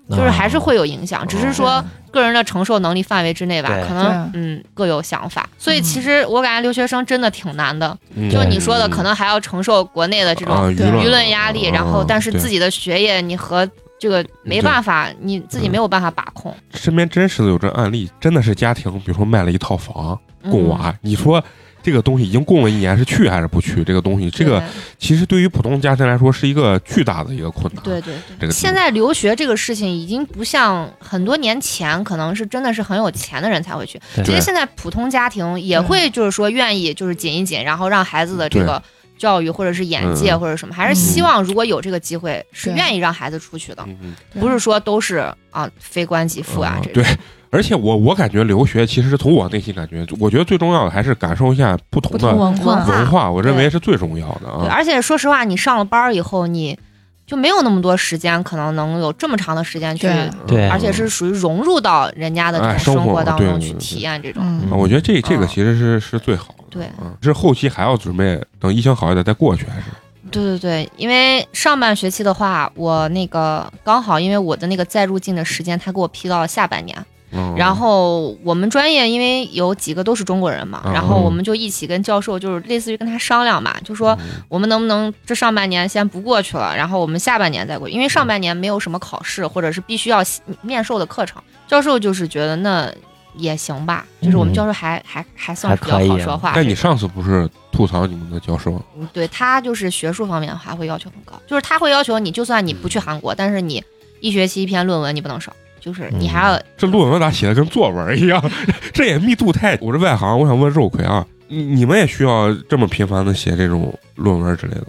嗯
就是还是会有影响，啊
哦
只是说
啊
个人的承受能力范围之内吧
对，
可能嗯各有想法。所以其实我感觉留学生真的挺难的，就
对
你说的，可能还要承受国内的这种
嗯啊
对
舆啊哦
舆论压力，然后但是自
己
己的学业你和这个没办法，你自己没有办法把控。
身边真实的有这案例，真的是家庭，比如说卖了一套房
嗯
供啊娃，你说这个东西已经供了一年，是去还是不去？这个东西，这个其实对于普通家庭来说是一个巨大的一个困难。
对对对。
啊这个地方
现在留学这个事情已经不像很多年前，可能是真的是很有钱的人才会去。
对
其实现在普通家庭也
嗯
会就是说愿意就是紧一紧，然后让孩子的这个教育或者是眼界
嗯
或者什么，还是希望如果有这个机会是愿意让孩子出去的，
嗯嗯
不是说都是啊非官即富啊
嗯
这种
对。，而且我我感觉留学其实从我内心感觉，我觉得最重要的还是感受一下不同
不
的
同文
文
化，
文化，我认
对
为是最重要的
对，
啊。
而且说实话，你上了班儿以后，你就没有那么多时间，可能能有这么长的时间去，
对
嗯
对
而且是属于融入到人家的这
哎
种
生
生
活
活当
对
中
对
去
对
体验这种。
啊
嗯，
我觉得这这个
嗯
其实是是最好的。
对
嗯，是后期还要准备等疫情好一点再过去，还是
对对对，因为上半学期的话，我那个刚好因为我的那个再入境的时间，他给我批到了下半年。
嗯
然后我们专业因为有几个都是中国人嘛，
嗯
然后我们就一起跟教授就是类似于跟他商量嘛，就说
嗯
我们能不能这上半年先不过去了，然后我们下半年再过去，因为上半年没有什么考试或者是必须要面授的课程。教授就是觉得那也行吧，就是
嗯
我们教授还、还还算是比较
还可
好
以啊
说话。
但你上次不是吐槽你们的教授？
嗯对他就是学术方面的话会要求很高，就是他会要求你，就算你不
嗯
去韩国，但是你一学期一篇论文你不能少，就是
嗯
你还要、
这论文咋写的跟作文一样？ 这也密度太……我是外行，我想问肉葵啊，你你们也需要这么频繁的写这种论文之类的吗？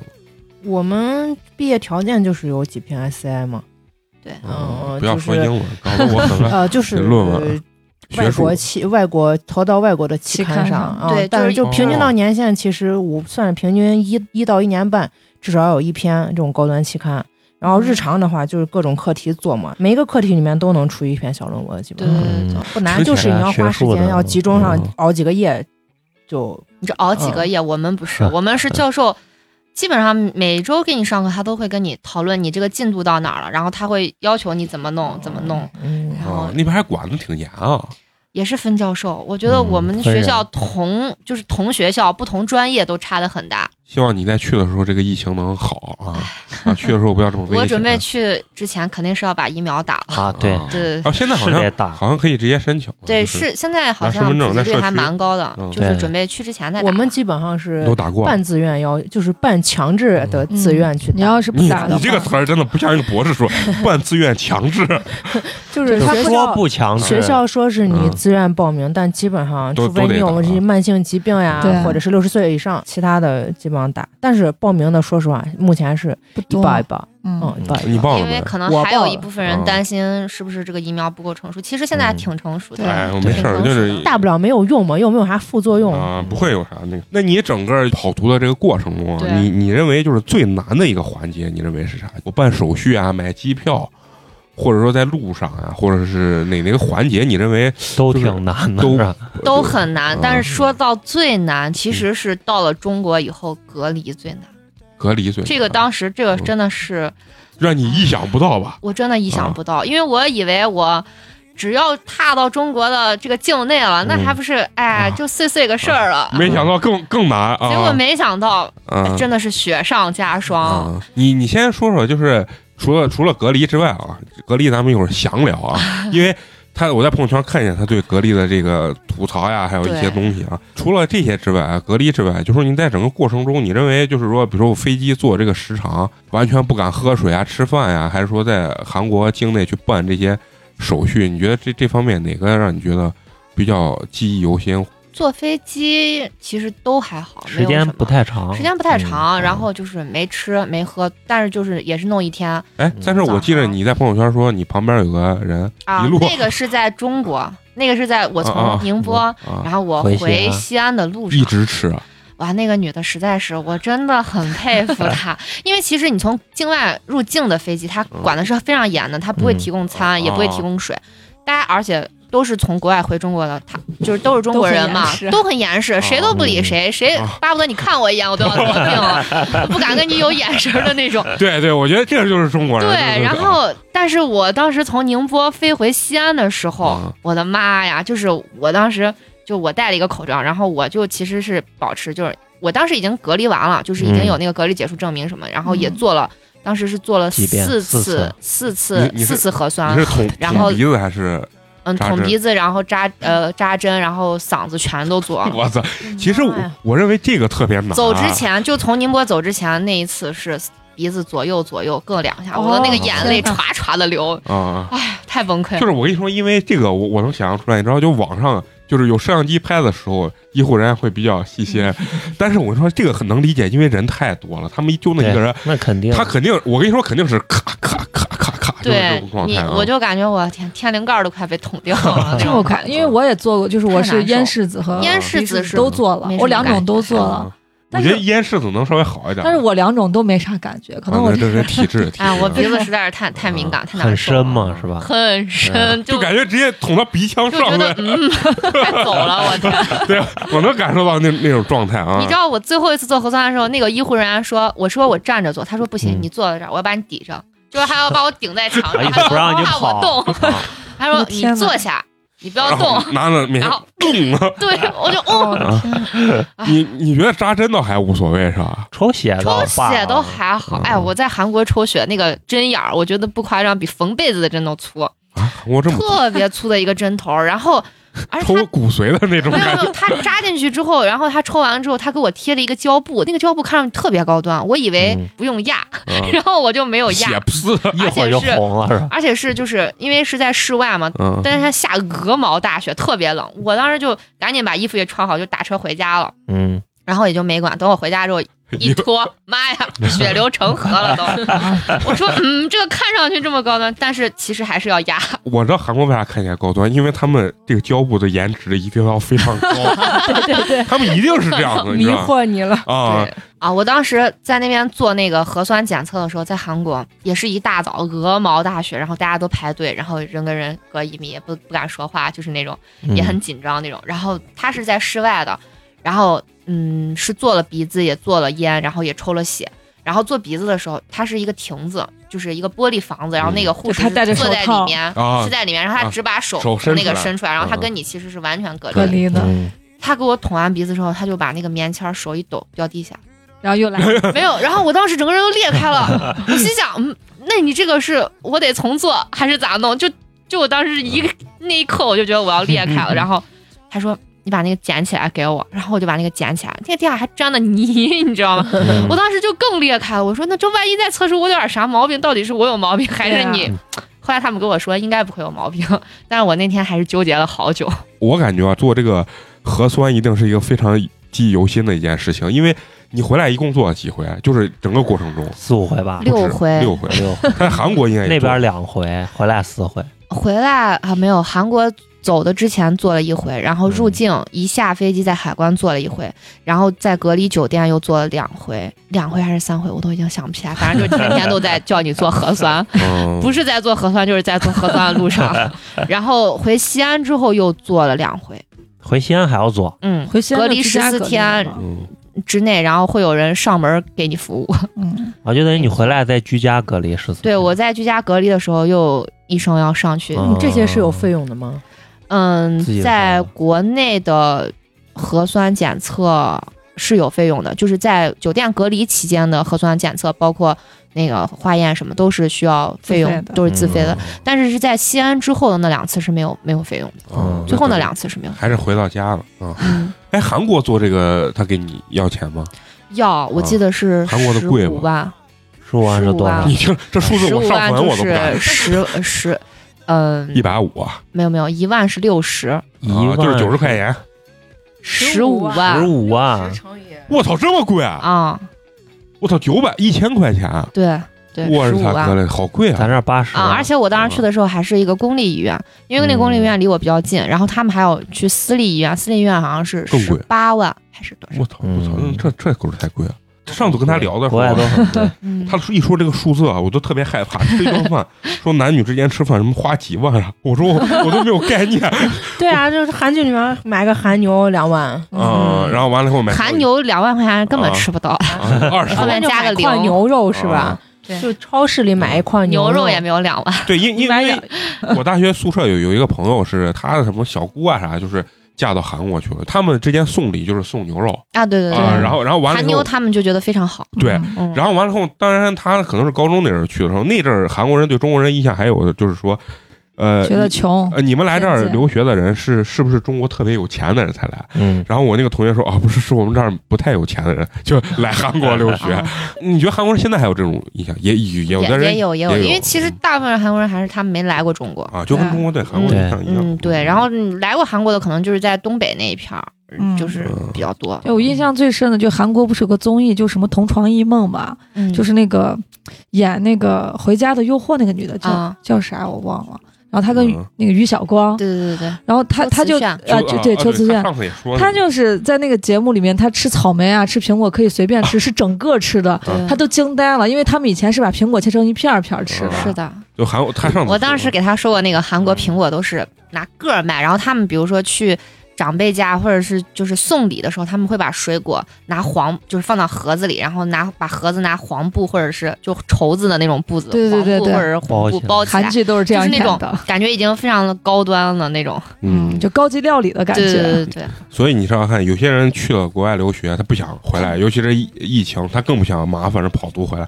我们毕业条件就是有几篇 SI 嘛，
对
嗯，
啊不要说英
就是
文，搞得我很 乱。
呃，就是
论
啊
文
外
学术
国期外国投到外国的期刊
期刊上
啊，
对
但
就是是
就
一
平均到年限，其实我算是平均一一到一年半，至少要有一篇这种高端期刊。然后日常的话，就是各种课题做嘛，每一个课题里面都能出一篇小论文，基本
对
上
对
嗯
对对，
不难，就是你要花时间，要集中
啊
上熬几个夜，就
你这熬几个夜，我们不是，
嗯
我们是教授，基本上每周给你上课，他都会跟你讨论你这个进度到哪儿了，然后他会要求你怎么弄怎么
哦
弄，
嗯，
然
啊
后，
那边还管的挺严啊。
也是分教授。我觉得
嗯
我们
分
学
人
校同、就是同学校不同专业都差的很大。
希望你在去的时候，这个疫情能好啊！啊，去的时候不要这么危险。
我准备去之前肯定是要把疫苗打了。
啊，对，
啊
对
啊，现在好
是
像
得打，
好像可以直接申请了。
对，
就是
是现在好
拿身份
像
证
普
在
及率
社
还
区
蛮高的
嗯，
就是
对
准备去之前再打。
我们基本上是
都打过。嗯
半自愿要，就是半强制的自愿去
嗯你
打，
要是不
你
打的
你
话，
这个词儿真的不像一个博士说， 半自愿强 制
就是
就
他
是
不
说不强制
学，校说是你
嗯
自愿报名，但基本上
都
除非
都得啊
你有
打
这些慢性疾病呀
对，
或者是六十岁以上，其他的基本上打。但是报名的，说实话，目前是
不
一
多
把一把，嗯
嗯，，
一把一
你
把。
报了
因为
没？
可能
我
还有
报
一
了
部分人
嗯
担心是不是这个疫苗不够成熟，其实现在
嗯
挺成熟的。
对
哎，我
对
没事儿，
挺
就是
大不了没有用嘛，又没有啥副作用。
啊，不会有啥那个。那你整个跑图的这个过程中啊，
对
你你认为就是最难的一个环节，你认为是啥？我办手续啊，买机票，或者说在路上啊，或者是哪哪个环节，你认为
都
就是
挺难的，
都
是吧
都很难
嗯，
但是说到最难，其实是到了中国以后隔离最难。
隔离最嗯
这个当时这个真的是
啊让你意想不到吧？
我真的意
嗯
想不到，因为我以为我只要踏到中国的这个境内了，那
嗯
还不是哎
啊
就碎碎个事儿了。
没想到更更难啊！
结果没想到，
啊，
真的是雪上加霜。
啊，你你先说说，就是除了除了隔离之外啊，隔离咱们一会儿详聊 啊，因为他我在朋友圈看见他对隔离的这个吐槽呀，还有一些
对
东西啊。除了这些之外啊，隔离之外，就说您在整个过程中，你认为就是说，比如说我飞机坐这个时长，完全不敢喝水啊、吃饭呀，还是说在韩国境内去办这些手续，你觉得这这方面哪个让你觉得比较记忆犹新？
坐飞机其实都还好，没
时
有
间
什么
不太长，
时间不太长，
嗯
然后就是没吃没喝，但是就是也是弄一天
哎，但是我记得
嗯早上
你在朋友圈说你旁边有个人
啊
一路。。
那个是在中国，那个是在我
啊啊
从宁波，
啊
然后我
嗯回西
回
安
西安的路上
一，直吃啊，
哇，那个女的实在是，我真的很佩服她，因为其实你从境外入境的飞机，她管的是非常严的，她不会提供餐，
嗯
也不会提供水，大家而且。都是从国外回中国的，她就是都是中国人嘛
都很严，实
都很严实，谁都不理谁，谁
啊
巴不得你看我一眼，我都要得病了，不敢跟你有眼神的那种。
对对，我觉得这个就是中国人。
对，然后，但是我当时从宁波飞回西安的时候，
嗯
我的妈呀！就是我当时就我戴了一个口罩，然后我就其实是保持就是我当时已经隔离完了，就是已经
嗯
有那个隔离解除证明什么，然后也做了，当时是做了
几遍
四
四
次
次
四次
你你是
四次核酸
你是，捅
然后
捅鼻子还是？
嗯，
扎
捅
针
鼻子，然后扎呃扎针，然后嗓子全 都做了。
我操！其实
妈
我
呀
我认为这个特别难。
走之前就从宁波走之前那一次是鼻子左右左右各两下，我的那个
哦
眼泪
天
唰唰的流，
啊，
太崩溃了
就。是我跟你说，因为这个我我能想象出来，你知道，就网上就是有摄像机拍的时候，医护人员会比较细心，但是我跟你说这个很能理解，因为人太多了，他们就那一个人，
那肯定，
他肯定，我跟你说肯定是咔咔咔咔咔，就是这
对
种状
你
态，啊。
我就感觉我天，天灵盖儿都快被捅掉了，
这么快？因为我也做过，就是我
太
是
难受
咽拭子和
咽拭子是
都做了
没什，么
我两种都做了，
啊我
但
觉
是
得咽拭子能稍微好一点，
但是我两种都没啥感觉，可能
啊
我
那这是体质，体
哎，我
质
鼻
嗯
子实在是太太敏感，太难
很
受了
深嘛，嗯是吧？
很深，
就
就
感觉直接捅到鼻腔
就
上
觉
面
得。嗯， 该走了，我天！
对，我能感受到那那种状态
嗯
啊。
你知道我最后一次做核酸的时候，那个医护人员说，我说我站着做，他说不行
嗯，
你坐在这儿，我要把你抵上，就是还要把我顶在墙
哎
上，
呀
他说
不让你
怕
跑
我动，
啊
他说
我的
你
天哪
坐下，你不要
然
动
后，拿着面
然后啊
动啊！
对我就哦，
你你觉得扎针倒还无所谓是吧？
抽血
抽
的话
血都还
嗯
好，哎，我在韩国抽血那个针眼儿，我觉得不夸张，比缝被子的针都粗。
啊，韩国这么
特别粗的一个针头儿，然后而且
抽
他
骨髓的那种
没有
感
没
觉。
有，他扎进去之后，然后他抽完了之后，他给我贴了一个胶布，那个胶布看上去特别高端，我以为
嗯
不用压，
嗯
然后我就没有
血
压，
丝，
一会儿就红了是吧？
而且是就是因为是在室外嘛，
嗯，
但是他下鹅毛大雪，特别冷，我当时就赶紧把衣服也穿好，就打车回家了。
嗯，
然后也就没管，等我回家之后一脱，妈呀，血流成河了都。我说，嗯，这个看上去这么高端，但是其实还是要压。
我知道韩国为啥看起来高端，因为他们这个胶布的颜值一定要非常高，
对对对，
他们一定是这样的，你
迷
知道吗？
惑你了。
啊
对，啊，我当时在那边做那个核酸检测的时候，在韩国也是一大早，鹅毛大雪，然后大家都排队，然后人跟人隔一米，也不不敢说话，就是那种
嗯
也很紧张那种。然后他是在室外的，然后嗯，是做了鼻子，也做了烟，然后也抽了血。然后做鼻子的时候，它是一个亭子，就是一个玻璃房子，然后那个护士
嗯
就他戴着
坐
手
在
套
里面，
啊
是在里面，然后他
啊
只把手
手伸
那个
出来
伸出来，然后他
嗯
跟你其实是完全隔
隔
离的。
离的，
嗯
他给我捅完鼻子之后，他就把那个棉签儿手一抖掉地下，
然后又来，
没有，然后我当时整个人都裂 开了，我心想，嗯，那你这个是我得重做还是咋弄？就就我当时一个那一刻我就觉得我要裂开 了，然后他说你把那个捡起来给我，然后我就把那个捡起来，那个地下还沾了泥， 你知道 吗？
嗯
我当时就更裂开了，我说那这万一再测试我有点啥毛病，到底是我有毛病还是你？
对啊
后来他们跟我说应该不会有毛病，但是我那天还是纠结了好久。
我感觉啊，做这个核酸一定是一个非常记忆犹新的一件事情，因为你回来一共做了几回，就是整个过程中
嗯四五回吧，
六
不止
回
六回，
六回
但韩国应该也
那
做
边两回，回来四回，
回来啊，没有韩国走的之前做了一回，然后入境一下飞机在海关做了一回，然后在隔离酒店又做了两回，两回还是三回，我都已经想不起来，反正就天天都在叫你做核酸，
嗯
不是在做核酸就是在做核酸的路上。然后回西安之后又做了两回，
回西安还要做，
嗯，
回西安
隔
就
离
居
14
家隔离
天
了
嗯
之内，然后会有人上门给你服务。
嗯，
啊，就等于你回来再居家隔离十四天。
对我在居家隔离的时候，又医生要上去
嗯
这些是有费用的吗？
嗯
自己，的
在
话
国内的核酸检测是有费用的，就是在酒店隔离期间的核酸检测，包括那个化验什么，都是需要费
自费
用，
的
都是自费的。
嗯。
但是是在西安之后的那两次是没有没有费用的，
嗯
最后那
对
两次是没有。
还是回到家了啊。
嗯，
哎，韩国做这个他给你要钱吗？
要我记得是
啊韩国的贵
五万，
十五万是多少
15
你？听这数字，
啊十
我
五
上
万
坟
就
我都不敢
是。十十，嗯
一，百五啊，
没有没有，一万是六十，
一万
就是九十块钱。
十
15
五
十
万
五
啊
万，
乘以
我操，这么贵啊！
啊，
我操，九百一千块钱，啊
对对，
我
十
日
五
他
万
哥。嘞，好贵
咱
啊！
这儿八十
啊，而且我当时去的时候还是一个公立医院，因为那个公立医院离我比较近，然后他们还有去私立医院，私立医院好像是
嗯更
十
贵
八万还是多少？
我操，我操，
嗯
这这狗太贵了。上次跟他聊的时
国
候
外
啊
都，很 贵，
嗯，
他一说这个数字啊，我都特别害怕。吃一顿饭，说男女之间吃饭什么花几万啊，我说我我都没有概念
对啊，就是韩剧里面买个韩牛两万，
啊。然后完了以后买
嗯韩牛啊两万块钱根本
啊
吃不到，
二十
后
万，
后
面
面
加个零
块牛肉是吧
啊？
对
就超市里买一块
啊
牛
肉
肉也没有两万。
对，因因
一般
为我大学宿舍有有一个朋友是他的什么小姑啊啥，就是嫁到韩国去了，他们之间送礼就是送牛肉
啊，对对对，
啊，然后然后完了
韩
以
牛
后
他们就觉得非常好。
对。
嗯，
然后完了后，当然他可能是高中那阵儿去的时候，那阵儿韩国人对中国人印象还有就是说，呃，
觉得穷，
呃你们来这儿
偏见
留学的人是是不是中国特别有钱的人才来？
嗯，
然后我那个同学说啊，不是，是我们这儿不太有钱的人就来韩国留学。
啊
你觉得韩国人现在还有这种印象？也有
也
的人
也有也有，
也有
因为其实大部分韩国人还是他们没来过中国。
啊，就跟中国对韩国印象一样。
嗯，对，然后嗯来过韩国的可能就是在东北那一片儿，
嗯哎
就是比较多。
对我印象最深的就韩国不是有个综艺，就什么同床异梦嘛，
嗯
就是那个演那个《回家的诱惑》那个女的叫、
啊
叫啥我忘了，然后她跟、
嗯
那个于晓光，
对对对对，
然后她
邱
她
慈
就
炫
啊就对邱慈炫
他。上次也说了，
她就是在那个节目里面，她吃草莓啊，吃苹果可以随便吃，是整个吃的，
啊
对
她都惊呆了，因为他们以前是把苹果切成一片儿片儿吃的。
是的。
就韩国，他上 次
我嗯当时
说
给他说过，那个韩国苹果都是拿个儿卖，然后他们比如说去长辈家或者是就是送礼的时候，他们会把水果拿黄就是放到盒子里，然后拿把盒子拿黄布或者是就绸子的那种布子，
对对对
黄布
对
或者是红布包起
韩
来，
剧都是这
就
样
是那
演
种
的，
感觉已经非常的高端了那种。
嗯，
就高级料理的感
对对
觉。
对对对，
所以你想想看，有些人去了国外留学，他不想回来，尤其是疫疫情，他更不想麻烦着跑读回来。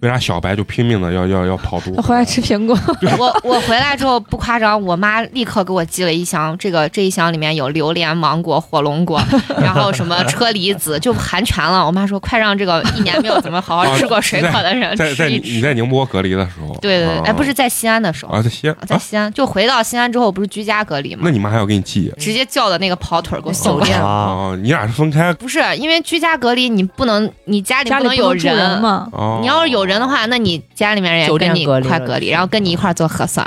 为啥小白就拼命的要要要跑毒？
回来吃苹果，
我我回来之后不夸张，我妈立刻给我寄了一箱，这个这一箱里面有榴莲、芒果、火 龙果，然后什么车厘子，就含全了。我妈说，快让这个一年没有怎么好好吃过水果的人
啊在在
吃
你
一
你
吃。
在宁波隔离的时候，
对对对，
啊
哎，不是在西安的时候，
啊，在西安
在
啊，
西安就回到西安之后，不是居家隔离
那
嘛，
你妈还要给你寄
直接叫的那个跑腿儿给我送
手
过来。
啊，
啊？你俩是分开
不是因为居家隔离，你不能，你家里
家
不
里
能
不
有
能住人嘛。
哦，
你要是有人的话，那你家里面人也
酒店
跟你
隔离
快
了
隔离，
是嗯
然后跟你一块儿做核酸。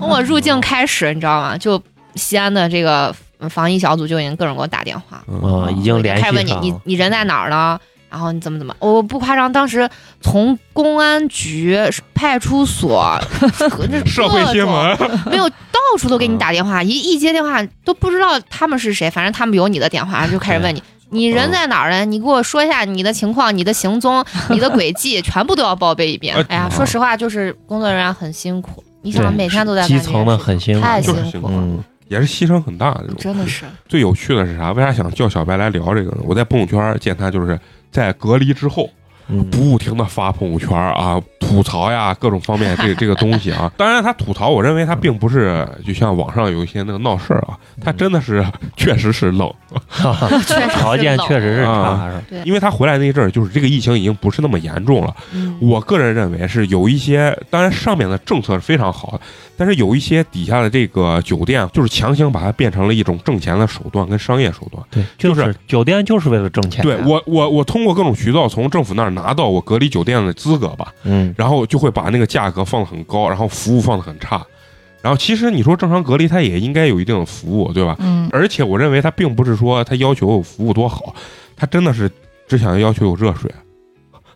从我入境开始，你知道吗？就西安的这个嗯防疫小组就已经各种给我打电话，
嗯，
啊
嗯，已经联
啊开
系
始问你
上
你
了。
你人在哪儿呢？然后你怎么怎么？我不夸张，当时从公安局、派出所、 这
社会新闻，
没有，到处都给你打电
嗯
话，一一接电话都不知道他们是谁，反正他们有你的 电话，就开始问你。你人在哪儿
嗯
呢？你给我说一下你的情况、你的行踪、你的轨迹，全部都要报备一遍
哎。
哎呀，说实话，就是工作人员很辛苦，你
呃嗯对
想每天都在
基
干这
层
件
的
事
很辛苦，
太
就是
辛
辛
苦
苦
了，
嗯，
也是牺牲很大的这种。
真的是。
最有趣的是啥？为啥想叫小白来聊这个呢？我在朋友圈见他就是在隔离之后，
嗯
不停的发朋友圈啊，吐槽呀，各种方面这这个东西啊。当然，他吐槽，我认为他并不是就像网上有一些那个闹事儿啊，他真的是确实是冷，
确实
条件确实是
啊
差，是吧
因为他回来那一阵儿，就是这个疫情已经不是那么严重了。
嗯，
我个人认为是有一些，当然上面的政策是非常好的，但是有一些底下的这个酒店就是强行把它变成了一种挣钱的手段跟商业手段。
对，
就
就是是酒店就是为了挣钱。
对，我，我我通过各种渠道从政府那儿拿到我隔离酒店的资格吧，
嗯，
然后就会把那个价格放得很高，然后服务放得很差。然后其实你说正常隔离，它也应该有一定的服务，对吧？
嗯，
而且我认为它并不是说它要求服务多好，它真的是只想要求有热水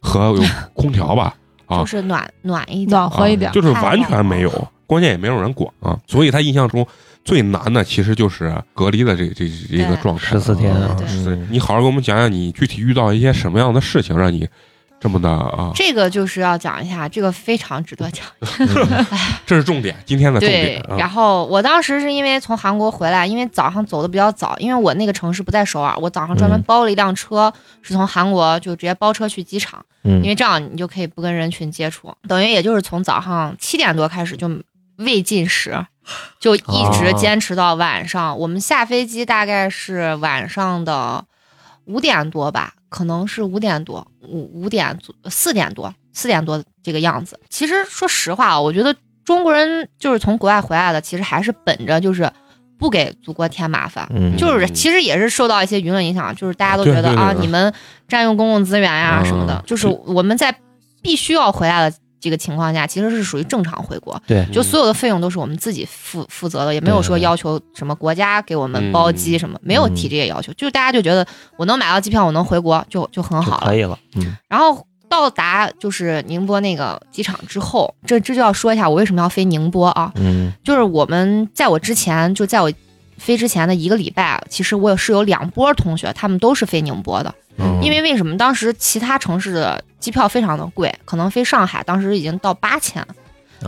和有空调 吧。啊
嗯
就是暖暖一点。
暖和一点
哦
啊，，就是完全没有，关键也没有人管啊。所以他印象中最难的其实就是隔离的这这这一个状态，
14天
啊
对
14
嗯
你好好给我们讲讲你具体遇到一些什么样的事情，让你这么的啊？
这个就是要讲一下，这个非常值得讲。嗯
这是重点，今天的重点
对，
啊。
然后我当时是因为从韩国回来，因为早上走的比较早，因为我那个城市不在首尔，我早上专门
嗯
包了一辆车，是从韩国就直接包车去机场，
嗯
因为这样你就可以不跟人群接触，等于也就是从早上七点多开始就未进食，就一直
哦
坚持到晚上。我们下飞机大概是晚上的五点多吧，可能是五点多，五五点左四点多，四点多这个样子。其实说实话啊，我觉得中国人就是从国外回来的，其实还是本着就是不给祖国添麻烦。
嗯
就是
嗯
其实也是受到一些舆论影响，就是大家都
对
觉得
对对
啊，
对
你们占用公共资源呀、
嗯
什么的，就是
是
我们在必须要回来的这个情况下，其实是属于正常回国，
对
嗯
就所有的费用都是我们自己负负责的，也没有
对
说
对
要求什么国家给我们
嗯
包机什么，没有提这些要求，就是大家就觉得我能买到机票，我能回国就就很
就
好了
可。以了。嗯，
然后到达就是宁波那个机场之后，这这就要说一下我为什么要飞宁波啊，
嗯，
就是我们在我之前，就在我飞之前的一个礼拜，啊其实我是有两波同学，他们都是飞宁波的。
嗯
因为为什么？当时其他城市的机票非常的贵，可能飞上海当时已经到八千，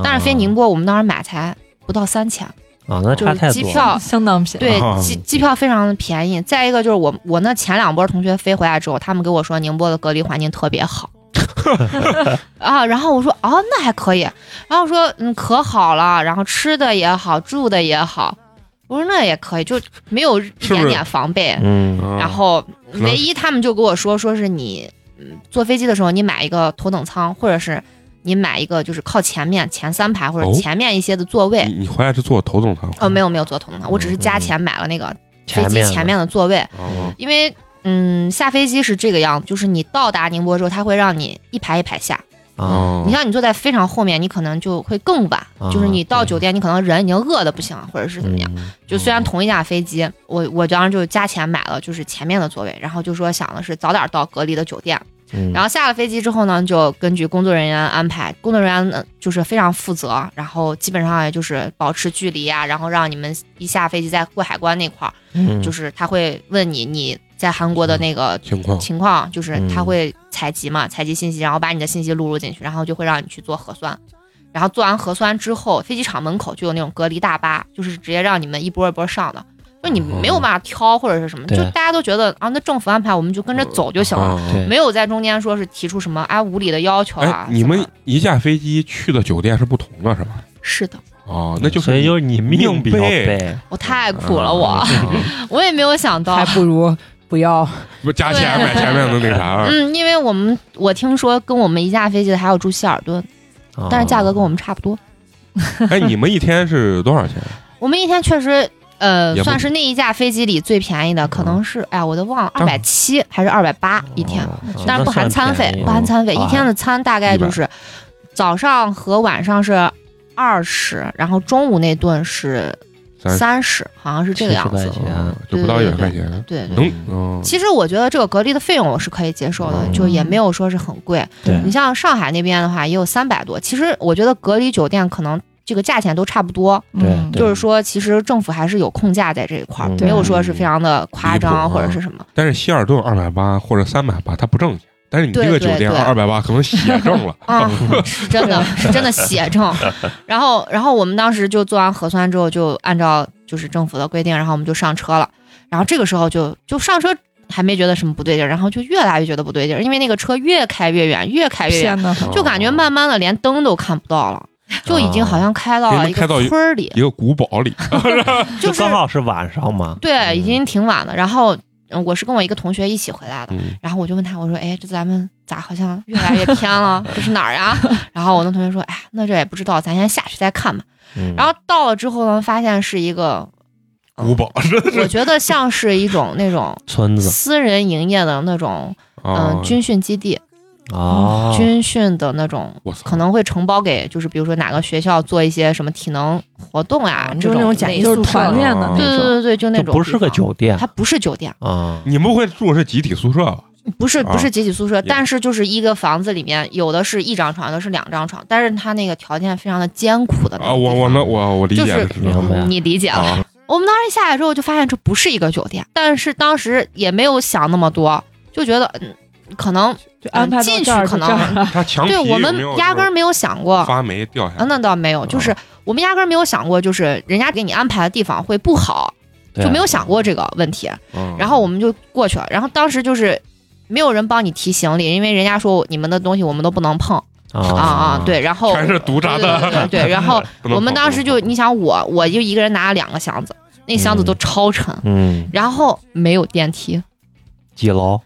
但是飞宁波我们当时买才不到三千，
嗯啊，那
就
差太
是
多。
机票
相当便宜。
对
啊
机机票非常的便宜。再一个就是我我那前两波同学飞回来之后，他们跟我说宁波的隔离环境特别 好。啊，然后我说哦，那还可以。然后说嗯，可好了，然后吃的也好，住的也好。我说那也可以，就没有一
是不
点
是
点防备。
嗯，
啊
然后
能
唯一他们就跟我说，说是你嗯坐飞机的时候，你买一个头等舱，或者是你买一个就是靠前面前三排或者
哦
前面一些的座位。
你你回来是坐头等舱
哦，没有没有坐头等舱，我只是
嗯
加钱买了那个飞机
面
前面的座位，
啊
因为嗯，下飞机是这个样子，就是你到达宁波之后，它会让你一排一排下。
啊，
啊
嗯你像你坐在非常后面，你可能就会更晚，
啊
就是你到酒店，你可能人已经饿的不行了，或者是怎么样。
嗯
就虽然同一架飞机，我我当时就加钱买了就是前面的座位，然后就说想的是早点到隔离的酒店，
嗯
然后下了飞机之后呢，就根据工作人员安排，工作人员呢就是非常负责，然后基本上也就是保持距离啊，然后让你们一下飞机在过海关那块儿，
嗯
就是他会问你你在韩
嗯
国的那个
情况
情况，就是他
嗯
会采集嘛，采集信息，然后把你的信息录入进去，然后就会让你去做核酸。然后做完核酸之后，飞机场门口就有那种隔离大巴，就是直接让你们一波一波上的，就你
哦
没有办法挑或者是什么，
对
就大家都觉得啊，那政府安排我们就跟着走就行了，
啊
对
没有在中间说是提出什么啊无理的要求啊
哎，。
怎
你
么
们一下飞机去的酒店是不同的，是吧？
是的，
哦，那就是
所以就是你命比较
命背
背，
我太苦了，
啊
我我也没有想到
还，不如不要。
不加钱买前面的那啥，
嗯，因为我们我听说跟我们一架飞机的还有住希尔顿，
哦
啊
但是价格跟我们差不多。
哎，你们一天是多少钱？
我们一天确实，呃
也，不嗯
算是那一架飞机里最便宜的，可能是，哎呀，我都忘了，二百七还是二百八一天，
哦
但是不含餐费，不含餐费，
啊
啊
一天的餐大概就是早上和晚上是二十，然后中午那顿是
三十
三十，好像是这个样
70
子
块。 钱
哦就不到一百块钱，
对对。
能嗯，
其实我觉得这个隔离的费用我是可以接受的，
嗯
就也没有说是很贵。
对
你像上海那边的话，也有三百多。其实我觉得隔离酒店可能这个价钱都差不多，
对
嗯
对
就是说，其实政府还是有控价在这一块儿，
嗯
没有说是非常的夸
离
啊
张
谱
或者是什么。
但是希尔顿二百八或者三百八，它不挣钱。但是你这个酒店
对对对
二百八可能血挣 了，
啊，是真的，是真的写正。然后，然后我们当时就做完核酸之后，就按照就是政府的规定，然后我们就上车了。然后这个时候就就上车还没觉得什么不对劲儿，然后就越来越觉得不对劲儿，因为那个车越开越远，越开越远，
天呐，
就
哦
感觉慢慢的连灯都看不到了，就已经好像开到
啊
了一个
开到一
村儿里，
一个古堡里，
就
就是刚好是晚上嘛，
对，
嗯
已经挺晚了。然后嗯我是跟我一个同学一起回来的。
嗯，
然后我就问他，我说：“哎，这咱们咋好像越来越偏了？这是哪儿啊？” 然后我那同学说：“哎，那这也不知道，咱先下去再看吧。”
嗯
然后到了之后呢，发现是 一个，嗯
古堡
我觉得像是一种那种
村子
私人营业的那种，
哦
嗯、
啊，
军训基地，嗯
啊，
军训的那种。
我操，
可能会承包给，就是比如说哪个学校做一些什么体能活动呀、
啊
这
就是那种
种
简
类
易
就
似
是团练的
那
啊
那
对对
种，
对对，就那
就
种
不是个
地方，
酒店
它不是酒店，
啊，
你们会住的是集体宿舍吧？
不是
啊
不是集体宿舍，
也
但是就是一个房子里面有的是一张床，有的是两张床，但是它那个条件非常的艰苦的那
啊，
种地
我
方
我能我我理
就
解
是
的是
明白
你理解了。
啊，
我们当时下来之后就发现这不是一个酒店，但是当时也没有想那么多，就觉得嗯，可能
就安排到
进去
这儿
可
就
能
这儿了。
它墙皮
对我
有
们
没有
压根儿没有想过。
发霉掉下
啊，那
来，
倒没有，就是我们压根儿没有想过，就是人家给你安排的地方会不好，
对
就没有想过这个问题。
嗯
然后我们就过去了，然后当时就是没有人帮你提行李，因为人家说你们的东西我们都不能碰啊
啊
啊，，对，然 后
全是毒渣的
对对对对对，然后
不能
我们
跑嗯
当时就你想我我就一个人拿了两个箱子，那箱子都超沉，
嗯，
然后没有电梯，
几楼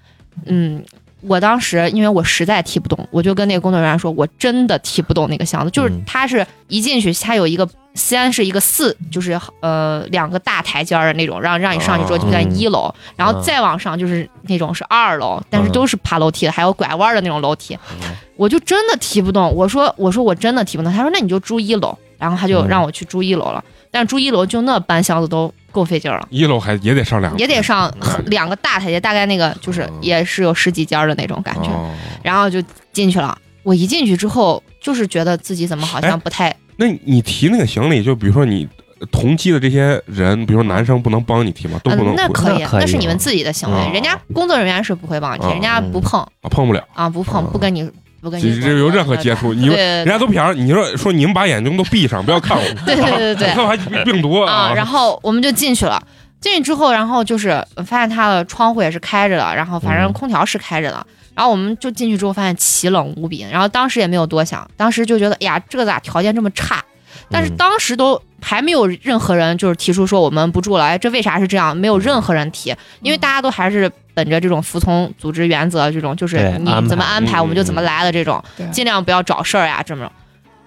嗯。我当时因为我实在提不动，我就跟那个工作人员说，我真的提不动那个箱子。就是
嗯
它是一进去，它有一个先是一个四，就是呃两个大台阶儿的那种，让让你上去之后就
啊
在一楼，然
嗯
后再往上就是那种是二楼，但是都是爬楼梯的，还有拐弯的那种楼梯。
嗯
我就真的提不动，我说我说我真的提不动，他说那你就住一楼，然后他就
嗯
让我去住一楼了，但是住一楼就那搬箱子都够费劲儿了。
一楼还也得上两个，
也得上
嗯
两个大台阶，大概那个就是
嗯
也是有十几间儿的那种感觉，
哦
然后就进去了。我一进去之后，就是觉得自己怎么好像不太
那你提那个行李，就比如说你呃同机的这些人，比如说男生不能帮你提吗？都不能
嗯，那
不
可以
那，可以
那是你们自己的行为，
嗯
人家工作人员是不会帮你提，
嗯
人家不碰
啊碰不了，
啊，不碰，
嗯
不跟你不跟
就
你
是有任何接触，你
对
们
对
人家都瞟你说说你们把眼睛都闭上，不要看我，
对对对对对
我，看完病毒
啊，然
后
后我们就进去了。进去之后，然后就是呃发现它的窗户也是开着的，然后反正
嗯
空调是开着的。然后我们就进去之后，发现奇冷无比。然后当时也没有多想，当时就觉得，哎呀，这个咋条件这么差？但是
嗯
当时都还没有任何人就是提出说我们不住了，哎，这为啥是这样？没有任何人提，
嗯
因为大家都还是本着这种服从组织原则，这种就是
对
你
安排嗯
怎么安排
嗯
我们就怎么来的这种
对，
尽量不要找事儿呀，这种。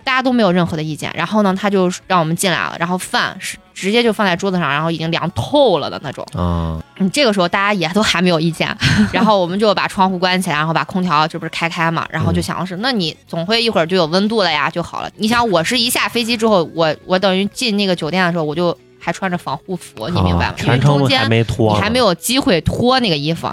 大家都没有任何的意见。然后呢，他就让我们进来了，然后饭是直接就放在桌子上，然后已经凉透了的那种。
啊，
嗯，这个时候大家也都还没有 意见，然后我们就把窗户关起来，然后把空调这不是开开嘛，然
嗯
后就想的是，那你总会一会儿就有温度了呀，就好了。你想，我是一下飞机之后，我我等于进那个酒店的时候，我就还穿着防护服，你明白
啊？
吗因为
全
中
程
间
还没脱
你
呢，
还没有机会脱那个衣服。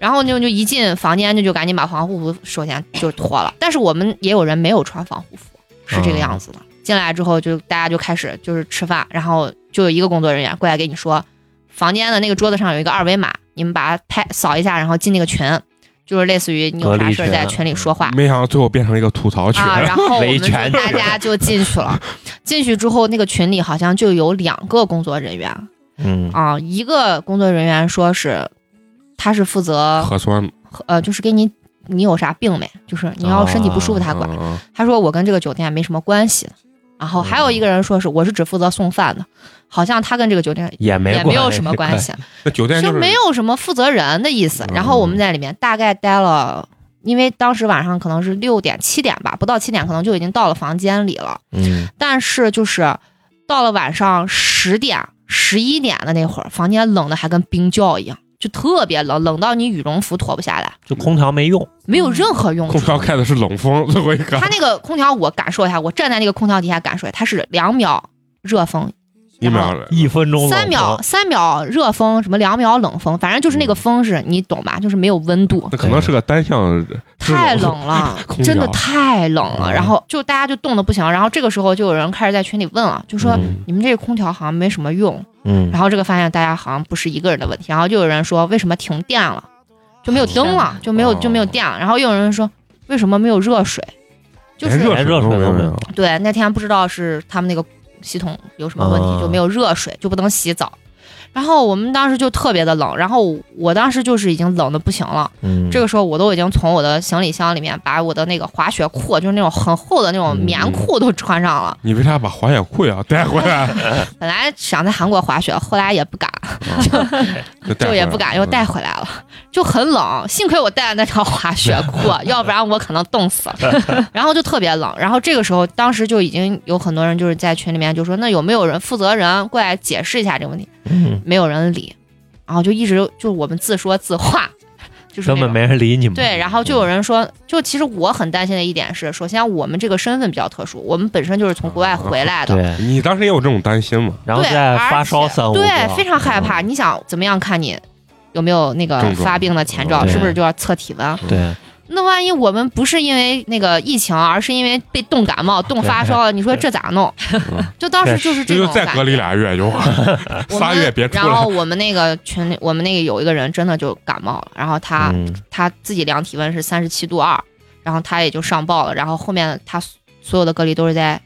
然后就就一进房间就就赶紧把防护服首先就脱了，但是我们也有人没有穿防护服，是
嗯
这个样子的。进来之后就大家就开始就是吃饭，然后就有一个工作人员过来给你说，房间的那个桌子上有一个二维码，你们把它拍扫一下，然后进那个群，就是类似于你有
隔
啥
离
事儿
群嗯
在群里说话，
没想到最后变成一个吐槽群，
啊，然后我
维
们就
权
大家就进去了。进去之后，那个群里好像就有两个工作人员，
嗯
啊、一个工作人员说是他是负责
核酸
呃，就是给你你有啥病没，就是你要身体不舒服他管。
啊
他说我跟这个酒店没什么关系。然后还有一个人说是我是只负责送饭的，好像他跟这个酒店
也没
也没有什么关，系，哎
那酒店
就是嗯没有什么负责人的意思。然后我们在里面大概待了，因为当时晚上可能是六点七点吧，不到七点可能就已经到了房间里了。
嗯
但是就是到了晚上十点、十一点的那会儿，房间冷的还跟冰窖一样，就特别冷，冷到你羽绒服脱不下来，
就空调没用，
没有任何用
空
处。
调开的是冷风，最后一个
它那个空调我感受一下，我站在那个空调底下感受一下，它是两秒热风，
一秒
一分钟
三秒三秒热风，什么两秒冷风，反正就是那个风是你懂吧，就是没有温度。
那可能是个单向制
哎太冷了
空，调
真的太冷了。
嗯
然后就大家就冻得不行，然后这个时候就有人开始在群里问了，就说、
嗯
你们这个空调好像没什么用，
嗯
然后这个发现大家好像不是一个人的问题，然后就有人说为什么停电了，就没有灯了，就没有就没有电了，然后又有人说为什么没有热水，就是
连
连
热
热水
水
都没
没
有。
对那天不知道是他们那个系统有什么问
啊
题，就没有热水，就不能洗澡。然后我们当时就特别的冷，然后我当时就是已经冷的不行了。
嗯，
这个时候我都已经从我的行李箱里面把我的那个滑雪裤，就是那种很厚的那种棉裤都穿上了。
你为啥把滑雪裤也要带回来？啊
本来想在韩国滑雪，后来也不敢，
就带回
就
来嗯
也不敢又带回来了，就很冷。幸亏我带了那条滑雪裤，要不然我可能冻死了。然后就特别冷，然后这个时候当时就已经有很多人就是在群里面就说，那有没有人负责人过来解释一下这个问题？
嗯
没有人理，然后就一直就是我们自说自话，就是那
根
种
本没人理你们。
对，然后就有人说，就其实我很担心的一点是，首先我们这个身份比较特殊，我们本身就是从国外回来的，
对，
你当时也有这种担心吗？
然后再发烧三五嗯
对，非常害怕。你想怎么样看你有没有那个
症状
发病的前兆，
嗯对
是不是就要测体温？
对，
那万一我们不是因为那个疫情，而是因为被冻感冒、冻发烧了，你说这咋 弄？
嗯
就当时就是
这
这
就
种
再
感
隔离
觉
俩 月就完，
我
仨
们
月别出
然后
来。
我们那个群里，我们那个有一个人真的就感冒了，然后他、
嗯
他自己量体温是三十七度二，然后他也就上报了，然后后面他所所有的隔离都是在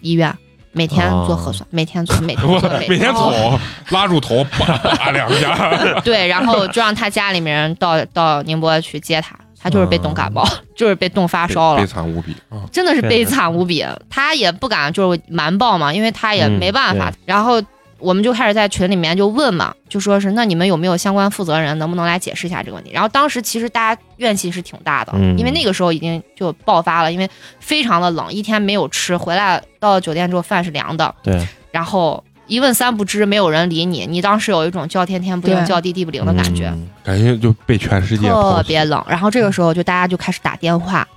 医院，每天做
哦
核酸，每天做，每 天
我
做，
每天
做，
走，拉住头啪啪两下，
对，然后就让他家里面人到到宁波去接他，他就是被冻感冒， 就是被冻发 烧了
悲。惨无比啊！
真的是悲惨无比，他也不敢就是瞒报嘛，因为他也没办法。
嗯
然后我们就开始在群里面就问嘛，就说是那你们有没有相关负责人，能不能来解释一下这个问题？然后当时其实大家怨气是挺大的，
嗯
因为那个时候已经就爆发了，因为非常的冷，一天没有吃，回来到酒店之后饭是凉的，
对，
然后一问三不知，没有人理你，你当时有一种叫天天不应，
对
叫地地不灵的感觉。
嗯
感觉就被全世界抛
特
弃
别冷。然后这个时候就大家就开始打电话，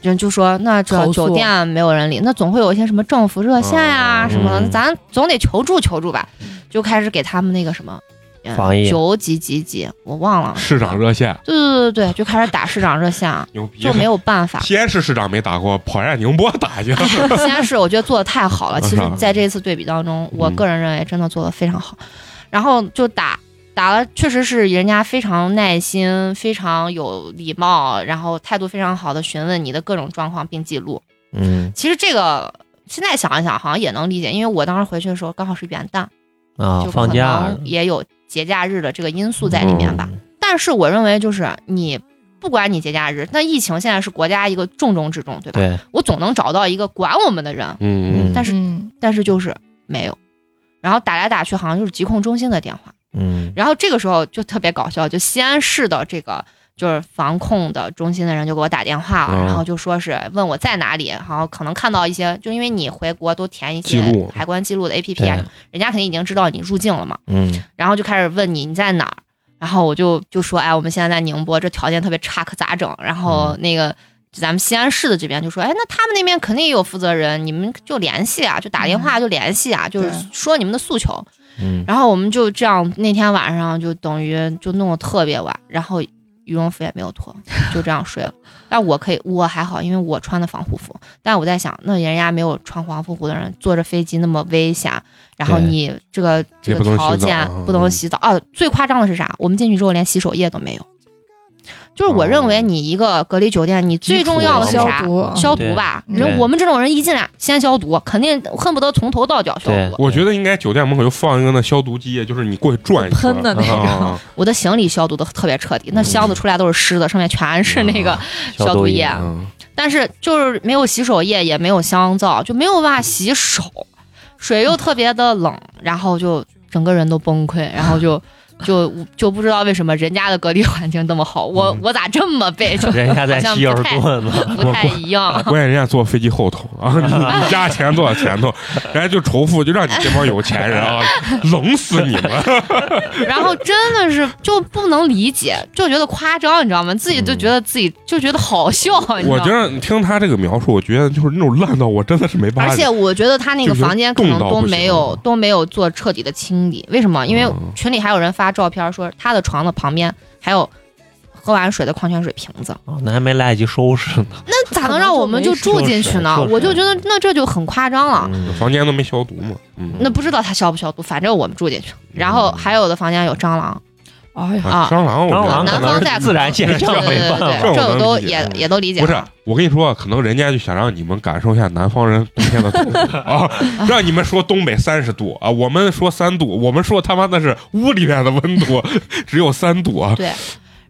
人就说那这
投诉
酒店没有人理，那总会有一些什么政府热线呀、
嗯
什么的，
嗯
咱总得求助求助吧，就开始给他们那个什么。嗯
防疫
九几几几，我忘了。
市长热线
对对对对，就开始打市长热线，啊
牛逼
就，没有办法。
西安市市长没打过，跑人家宁波打 去了。
西安市我觉得做的太好了，其实
嗯
在这次对比当中，我
嗯
个人认为真的做的非常好。然后就打打了，确实是人家非常耐心、非常有礼貌，然后态度非常好的询问你的各种状况并记录。
嗯
其实这个现在想一想，好像也能理解，因为我当时回去的时候刚好是元旦，
啊
就，可
放假
能也有节假日的这个因素在里面吧。
嗯
但是我认为就是你。不管你节假日，那疫情现在是国家一个重中之重，对吧？
对，
我总能找到一个管我们的人，
嗯
嗯
但是
嗯，
但是就是没有。然后打来打去，好像就是疾控中心的电话。
嗯
然后这个时候就特别搞笑，就西安市的这个就是防控的中心的人就给我打电话了，
嗯
然后就说是问我在哪里，然后可能看到一些，就因为你回国都填一些
记录
海关记录的 APP 啊
对，
人家肯定已经知道你入境了嘛，
嗯
然后就开始问你你在哪儿，然后我就就说，哎，我们现在在宁波，这条件特别差，可咋整？然后那个咱们西安市的这边就说，哎，那他们那边肯定也有负责人，你们就联系啊，就打电话就联系啊，就是
对
说你们的诉求。
嗯，
然后我们就这样，那天晚上就等于就弄得特别晚，然后羽绒服也没有脱，就这样睡了。但我可以，我还好，因为我穿的防护服。但我在想，那人家没有穿防护服的人坐着飞机那么危险，然后
对
你这个这
也
个
不能洗
条
澡
件
啊
不能洗澡啊！最夸张的是啥？我们进去之后连洗手液都没有，就是我
哦
认为你一个隔离酒店，你最
基础
重要的是
消
啥？
毒
消毒
对
吧，
嗯
人
哦对
我们这种人一进来先消毒，肯定恨不得从头到脚消
对
毒。
我觉得应该酒店门口就放一个那消毒机，就是你过去转一圈
喷的那个
啊
我的行李消毒的特别彻底，那
嗯
箱子出来都是湿的，上面全是那个消毒液
液，
啊嗯
嗯 但是就是没有洗手液，也没有香皂，就没有办法洗手，水又特别的冷，然后就整个人都崩溃，然后就 就就不知道为什么人家的隔离环境那么好，我
嗯
我咋这么背？ 就
人家在
好像
洗耳
不太
朵呢。
不太一样。
关键人家坐飞机后头啊，你你家前座前头，人家就仇富，就让你这帮有钱人啊，冷死你们！
然后真的是就不能理解，就觉得夸张，你知道吗？自己就觉得自己就觉嗯得好笑，你知道
我觉
吗？
得你听他这个描述，我觉得就是那种烂到我真的是没办法
而
理解。
且我觉得他那个房间可能都没有
就是冻到不行啊
都没有做彻底的清理，为什么？因为
嗯
群里还有人发照片说他的床的旁边还有喝完水的矿泉水瓶子，
哦那还没来得及收拾呢。
那咋能让我们就住进去呢
可能就没收？拾
我就觉得那这就很夸张了。
嗯
房间都没消毒嘛，嗯，
那不知道他消不消毒，反正我们住进去了。然后还有的房间有蟑螂，
哎呀，
啊
啊
蟑螂，我
蟑
觉
螂
得
可
南
能
方在
是自然现
对
象，
对
没
对
办
对，
法。
哎这
这
我
个
能
都
理解
也
嗯
也都理解
不
了。
是，我跟你说，可能人家就想让你们感受一下南方人冬天的 痛苦啊，让你们说东北三十度啊，我们说三度，我们说他妈那是屋里面的温度 只有三度啊，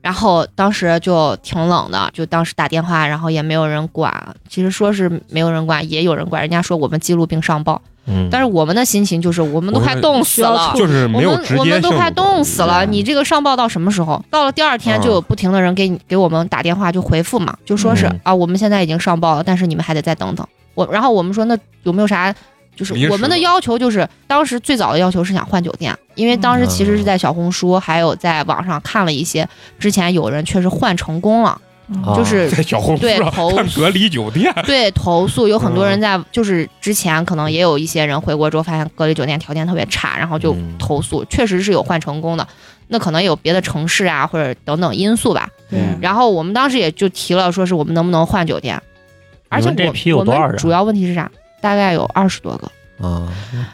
然后当时就挺冷的，就当时打电话，然后也没有人管。其实说是没有人管，也有人管。人家说我们记录并上报，
嗯
但是我们的心情就是我们都
我
快
们
冻
需
死
要
了
处。
就是没有
我
直接嗯
们我们都
性
快
的
冻死了，你这个上报到什么时候？到了第二天
嗯
就有不停的人给你给我们打电话，就回复嘛，就说是、
嗯
啊，我们现在已经上报了，但是你们还得再等等。我然后我们说那有没有啥？就是
临时
我们的
的
要求就是当时最早的要求是想换酒店，因为当时其实是在小红书还有在网上看了一些之前有人确实换成功了，
哦
就是
在小红书
对
上
投
看隔离酒店，
对投诉有很多
嗯
人在，就是之前可能也有一些人回国之后发现隔离酒店条件特别差，然后就
嗯
投诉，确实是有换成功的，那可能也有别的城市啊或者等等因素吧。
对
嗯
然后我们当时也就提了，说是我们能不能换酒店，而且
你们这批有
我我
多少
们
人
主要问题是啥？大概有二十多个，
啊，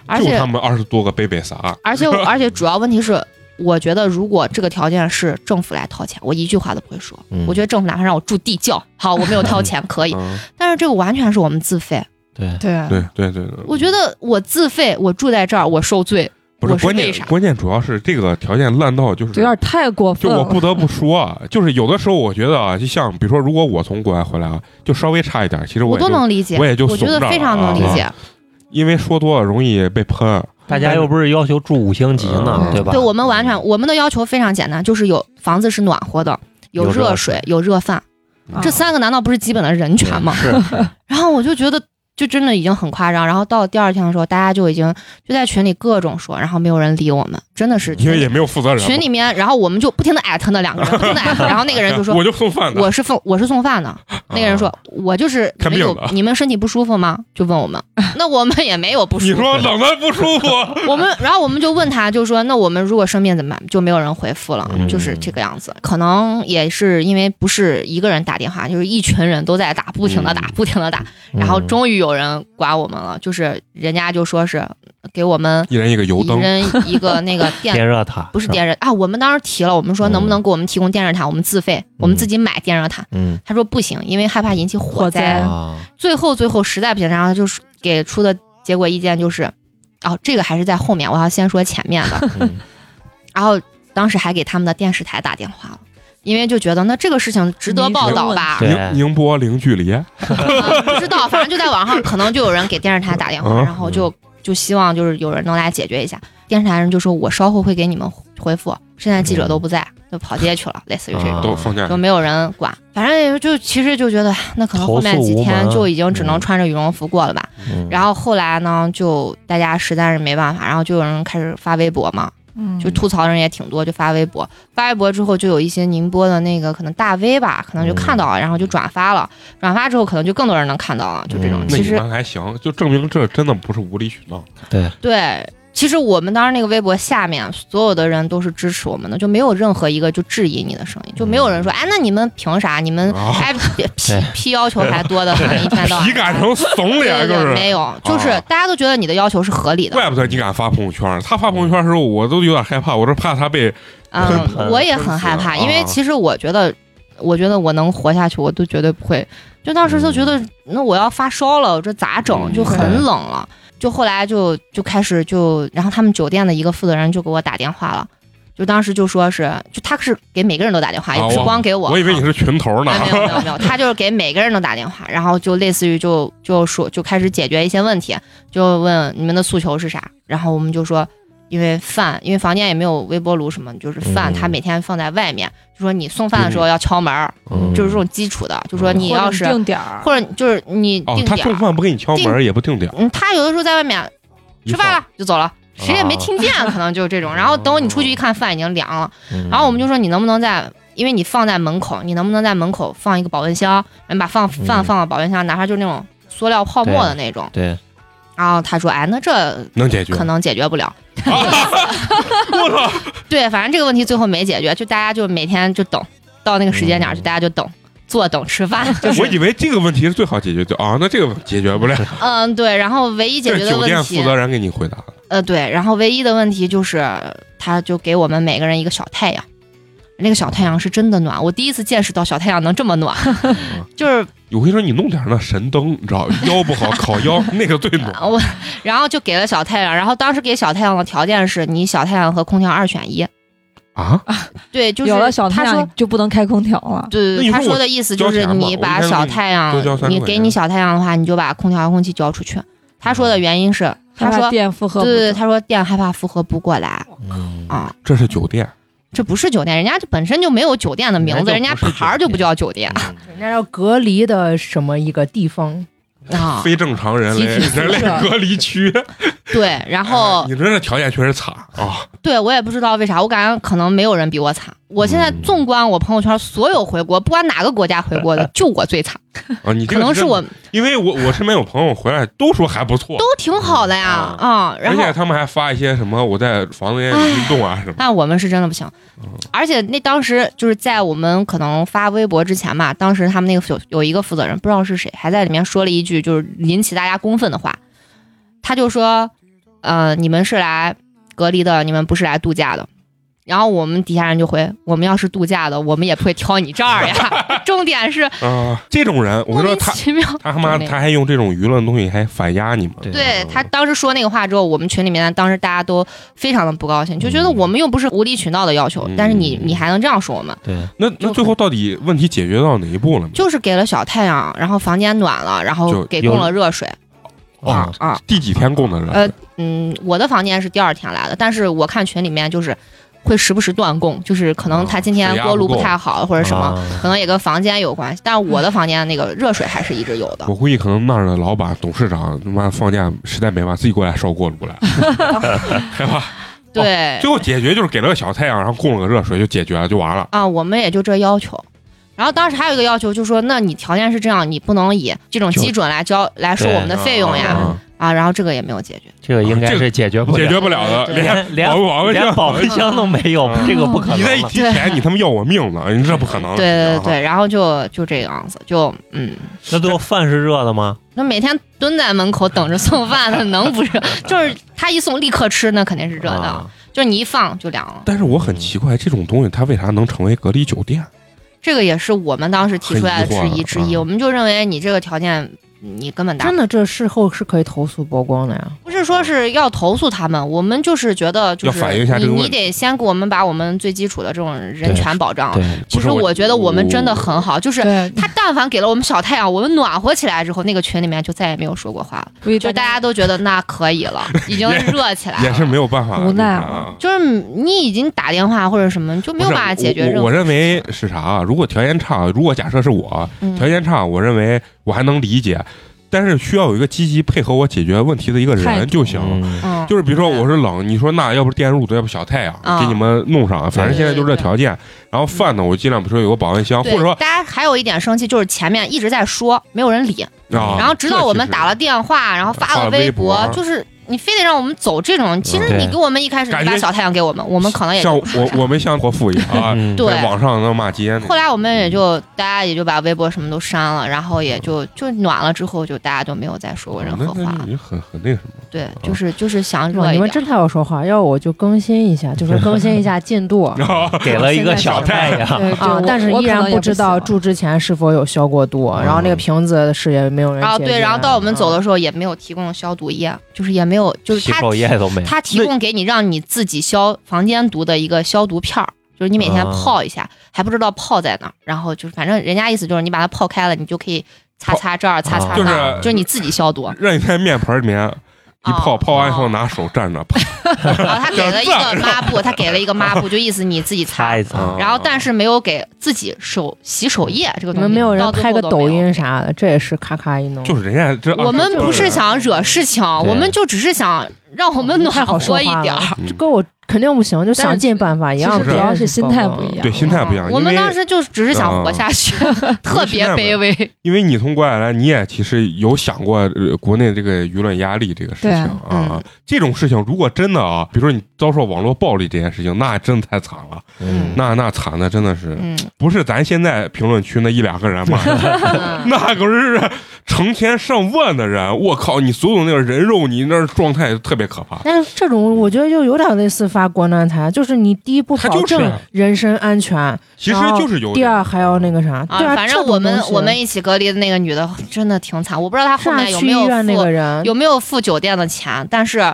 而
就
且
他们二十多个贝贝啥，
而且而且主要问题是，我觉得如果这个条件是政府来掏钱，我一句话都不会说。
嗯
我觉得政府哪怕让我住地窖，好，我没有掏钱可以，
嗯
但是这个完全是我们自费。
对，
对
对对对对，
我觉得我自费，我住在这儿，我受罪。
不是
我是
关键
为啥，
关键主要是这个条件烂到
嗯
就是
有点太过
就
分
我
了。
不得不说啊，就是有的时候我觉得啊，就像比如说，如果我从国外回来啊，就稍微差一点，其实
我
也
都
就
能理解，
我也就
觉得
怂着啊
非常能理解。
因为说多了容易被喷，
大家又不是要求住五星级呢
嗯，
对吧？
对我们完全，我们的要求非常简单，就是有房子是暖和的，有
有热
热水，有热饭，
啊
这三个难道不是基本的人权吗？
嗯是，是
然后我就觉得。就真的已经很夸张，然后到第二天的时候，大家就已经就在群里各种说，然后没有人理我们，真的是
因为也没有啊负责人嘛。
群里面，然后我们就不停的艾特那两个人，不停的艾特，然后那个人就说
我就送饭的，啊
我是送我是送饭的，那个人说我就是你
看
们
病
有
的
你们身体不舒服吗？就问我 们，那我们也没有不
你
舒服，
说冷的不 舒服，
我 们，然后我们就问他，就说那我们如果生病怎么办？就没有人回复了，
嗯
就是这个样子。可能也是因为不是一个人打电话，就是一群人都在打，不停的打，
嗯
不停的打， 然后
嗯
终于有人管我们了，就是人家就说是给我们
一人一个油
一
灯，
人一个那个电。
电热塔
不是，电热啊！我们当时提了，我们说
嗯
能不能给我们提供电热毯，我们自费，我们自己买电热毯。
嗯
他说不行，因为害怕引起火
火灾
灾。
啊，
最后最后实在不行，然后他就是给出的结果意见就是，哦，这个还是在后面，我要先说前面 的。
嗯
然后当时还给他们的电视台打电话了。因为就觉得那这个事情值得报道吧，
对
宁宁波零距离，
嗯 不知道，反正就在网上可能就有人给电视台打电话，
嗯
然后就就希望就是有人能来解决一下。电视台人就说我稍后会给你们回复，现在记者都不在，就跑街去了，类似于这种。
啊
都放假
就。没有人管，反正也就其实就觉得那可能后面几天就已经只能穿着羽绒服过了吧。
嗯
然后后来呢，就大家实在是没办法，然后就有人开始发微博嘛，
嗯
就吐槽的人也挺多，就发微博。发微博之后，就有一些宁波的那个可能大 V 吧，可能就看到了，然后就转发了。转发之后，可能就更多人能看到了，就这种。
嗯
那
其
你
实
们还行，就证明这真的不是无理取闹。
对，
对。其实我们当时那个微博下面，所有的人都是支持我们的，就没有任何一个就质疑你的声音，就没有
嗯
人说，哎，那你们凭啥？你们哎
啊
还批 批批要求还多的，反正一天到晚
你敢成怂
对
脸，啊就
对对，没
是，
有，就是
啊
大家都觉得你的要求是合理的。
怪不得你敢发朋友圈。他发朋友圈的时候，我都有点害怕，我是怕他被
嗯
喷，
我也很害怕，
喷死啊
因为其实我觉得我觉得我能活下去，我都绝对不会。就当时就觉得，那我要发烧了，我这咋整？
嗯
就很冷了。就后来就就开始就，然后他们酒店的一个负责人就给我打电话了，就当时就说是，就他是给每个人都打电话，也不是
啊
光给我。
我以为你
啊
是群头呢
啊，。没有没 有没有，他就是给每个人都打电话，然后就类似于就就说就开始解决一些问题，就问你们的诉求是啥，然后我们就说，因为饭，因为房间也没有微波炉什么，就是饭
嗯
他每天放在外面，就说你送饭的时候要敲门儿，
嗯
就是这种基础的，就说你要是
嗯或者定点儿，
或者就是你
哦
定，
他
点
送
儿，
饭不给你敲门，也不定点。
嗯，他有的时候在外面吃饭了就走了。谁也没
啊
听见，可能就是这种。然后等你出去一看，饭已经凉了。
嗯，
然后我们就说你能不能在，因为你放在门口，你能不能在门口放一个保温箱？你把放饭
嗯
放到保温箱，哪怕就是那种塑料泡沫的那种。
对，
然后他说，哎，那这
能解决
可能解决不了。对，反正这个问题最后没解决，就大家就每天就等到那个时间
嗯
点儿，就大家就等坐等吃饭， 就 是
我以为这个问题是最好解决的啊，那这个解决不 了，
嗯对。然后唯一解
这
决
是
的
酒
问
店
题
负，责人给你回答的。
呃对，然后唯一的问题就是他就给我们每个人一个小太阳。那个小太阳是真的暖，我第一次见识到小太阳能这么暖，
嗯
就是
我跟你说，你弄点那神灯，你知道，腰不好烤腰那个最暖。
我，然后就给了小太阳，然后当时给小太阳的条件是你小太阳和空调二选一，
啊，
对，就是
有了小太
他
阳
说
你。就不能开空调了。
那
对对，
你
他
说我
说的意思就
交
是
钱吧
你
我
把
应该
小
给你
太
多交
阳，
三
你
块
给
钱
你小太阳的话，你就把空调遥控器交出去。他说的原因是，他
害怕
说，对
电负荷不
对对，
住，
他说电害怕负荷不过
哦
来
嗯
啊，
这是酒店，
这不是酒店，人家这本身就没有酒店的名字，
人
人家
家就不是
牌儿
酒
就不
店
叫酒 店
嗯
人家要隔离的什么一个地方，
啊。
非正常人类
集体宿舍
人类隔离区。啊
对，然后
你这这条件确实惨啊！
对我也不知道为啥，我感觉可能没有人比我惨。我现在
嗯
纵观我朋友圈所有回国，不管哪个国家回 国的，就我最惨，
啊，你这
可
个
能是
真的
我，
因为我我身边有朋友回来都说还不错
都，挺好的呀啊、然
而
后
且他们还发一些什么我在房间里运动啊什么。
但我们是真的不行，而且那当时就是在我们可能发微博之前吧，当时他们那个有有一个负责人不知道是谁，还在里面说了一句就是引起大家公愤的话，他就说，呃，你们是来隔离的，你们不是来度假的。然后我们底下人就回，我们要是度假的，我们也不会挑你这儿呀。重点是
啊，这种人，我
莫
跟你说
名
他。
其妙。
他他妈
就那样
他还用这种舆论东西还反压你们，
对
对他当时说那个话之后，我们群里面当时大家都非常的不高兴，就觉得我们又不是无理取闹的要求，
嗯
但是你你还能这样说我们？
对，
那那最后到底问题解决到哪一步了没？
就是给了小太阳，然后房间暖了，然后
就嗯
给
有
供了热水啊
哦，
啊，
第几天供的热水？
呃嗯，我的房间是第二天来的，但是我看群里面就是会时不时断供，就是可
啊
能他今天锅炉不太好或者什么，
啊
可能也跟房间有关系，但是我的房间那个热水还是一直有的
我。估计可能那儿的老板、董事长他妈放假实在没办法，自己过来烧锅炉来，
哎
对吧？
对
最后解决哦就是给了个小太阳，然后供了个热水就解决了，就完了。
啊，我们也就这要求。然后当时还有一个要求，就说那你条件是这样，你不能以这种
就
基准来交来收我们的
对
费用呀
啊
啊，然后这个也没有解决。
这个应
这
该
个
是解决不
解
了
决不了的，
对
连
连连
保保温
连
箱
保温箱都没有
嗯，
这个不可
你
能
在一
了。
提钱，你他妈要我命呢！你这不可能。
对对
啊，
对，然后就就这个样子，就嗯，
那最后饭是热的吗？
那每天蹲在门口等着送饭，那 能不热？就是他一送立刻吃，那肯定是热的，
啊
就是你一放就凉了。
但是我很奇怪，这种东西它为啥能成为隔离酒店？
这个也是我们当时提出来的质
很疑惑
疑之一，
啊
我们就认为你这个条件你根本达不到
真的这事后是可以投诉曝光的呀。
不是说是要投诉他们，我们就是觉得就是
要反映一下这个
你
问题
你得先给我们把我们最基础的这种人权保障。
对，
其
不
实
是我
我觉得我们真的很好，就是
对，
他但凡给了我们小太阳，我们暖和起来之后，那个群里面就再也没有说过话了，
估计
就大家都觉得那可以了，已经热起来
也是
了。
没有办法，
无奈了
啊。
就是你已经打电话或者什么，就没有
不是
办法解决
我
任
我
何
我认为是啥啊？如果条件差，如果假设是我，条
嗯
件差，我认为我还能理解，但是需要有一个积极配合我解决问题的一个
态
人
度
就行。
嗯
嗯，
就是比如说我是冷，你说那要不是电褥子，要不小太阳，
啊
给你们弄上，反正现在就是这条件。然后饭呢，我尽量比如说有个保温箱，或
对
者说啊
大家还有一点生气，就是前面一直在说，没有人理，
啊，
然后直到我们打
了，
了电话，然后发
发了
了
微
微
博嗯
博，就是你非得让我们走这种，其实
对
你给我们一开始
感
你
觉
把小太阳给我们，我们可能也
像
就
我我们像泼妇一样 啊，
嗯
对
在网上那骂街那
后
种。
来我们也就大家也就把微博什么都删了，然后也就就暖了之后，就大家就没有再说过任
啊
何
嗯那嗯
话
那。你很很那个什么，
对，就是就是想
哇
热
你
一
们
点。
真太要说话，要我就更新一下，就是更新一下 进度。
给了一个小太阳，
对
啊！但是依然不知道
住
注之前是否有消过毒，然后那个
嗯
瓶子的事也没有人
然后
解
对，
决
然后到我们走
啊
的时候也没有提供消毒液，就是也没有，就是
洗
他
手液都没有。
他提供给你让你自己消房间毒的一个消毒片儿，就是你每天
啊
泡一下，还不知道泡在哪儿，然后就是反正人家意思就是你把它泡开了，你就可以擦擦这儿，擦擦
就是
那儿，就是你自己 消毒。
让你在面盆里面一泡，
哦
泡完以后
哦
拿手蘸着泡。
然后他给了一
这
个
儿
抹布，他给了一个抹布，就意思你自 己
擦
擦
一。擦，
然后但是没有给自己手洗手液这个东
你
西，
们没有人
到最
拍
后
个
都没有
抖音啥的，这也是咔咔一弄。
就是人家这
我们不是想惹事情，我们就只是想让我们
太
暖
好说
和一
话
点儿
了。
嗯
这跟我肯定不行，就
但
想
是
尽办法一样。
其实主要是心态不一
嗯
样
对心态不一样，
我们
因为
当时就只是想活 下去，特别卑微。
因为你从国外来，你也其实有想过、呃国内这个舆论压力这个事
对
情
啊
啊。这种事情如果真的啊，比如说你遭受网络暴力这件事情，那真的太惨了，
嗯
那那惨的真的是、
嗯，
不是咱现在评论区那一两个人骂，
嗯
那可是成千上万的人，我靠，你所有那个人肉，你那状态特别可怕。
但是这种我觉得就有点类似发国难财，就是你第一不
他
保
就是
证
啊
人身安全，
其实就是有
第
点
二还要那个啥，对
啊，
啊，
反
这
正
种
我们
东西
我们一起隔离的那个女的真的挺惨，我不知道她后
上
面有
去
没有
医院那个
付
人，
有没有付酒店的钱，但是。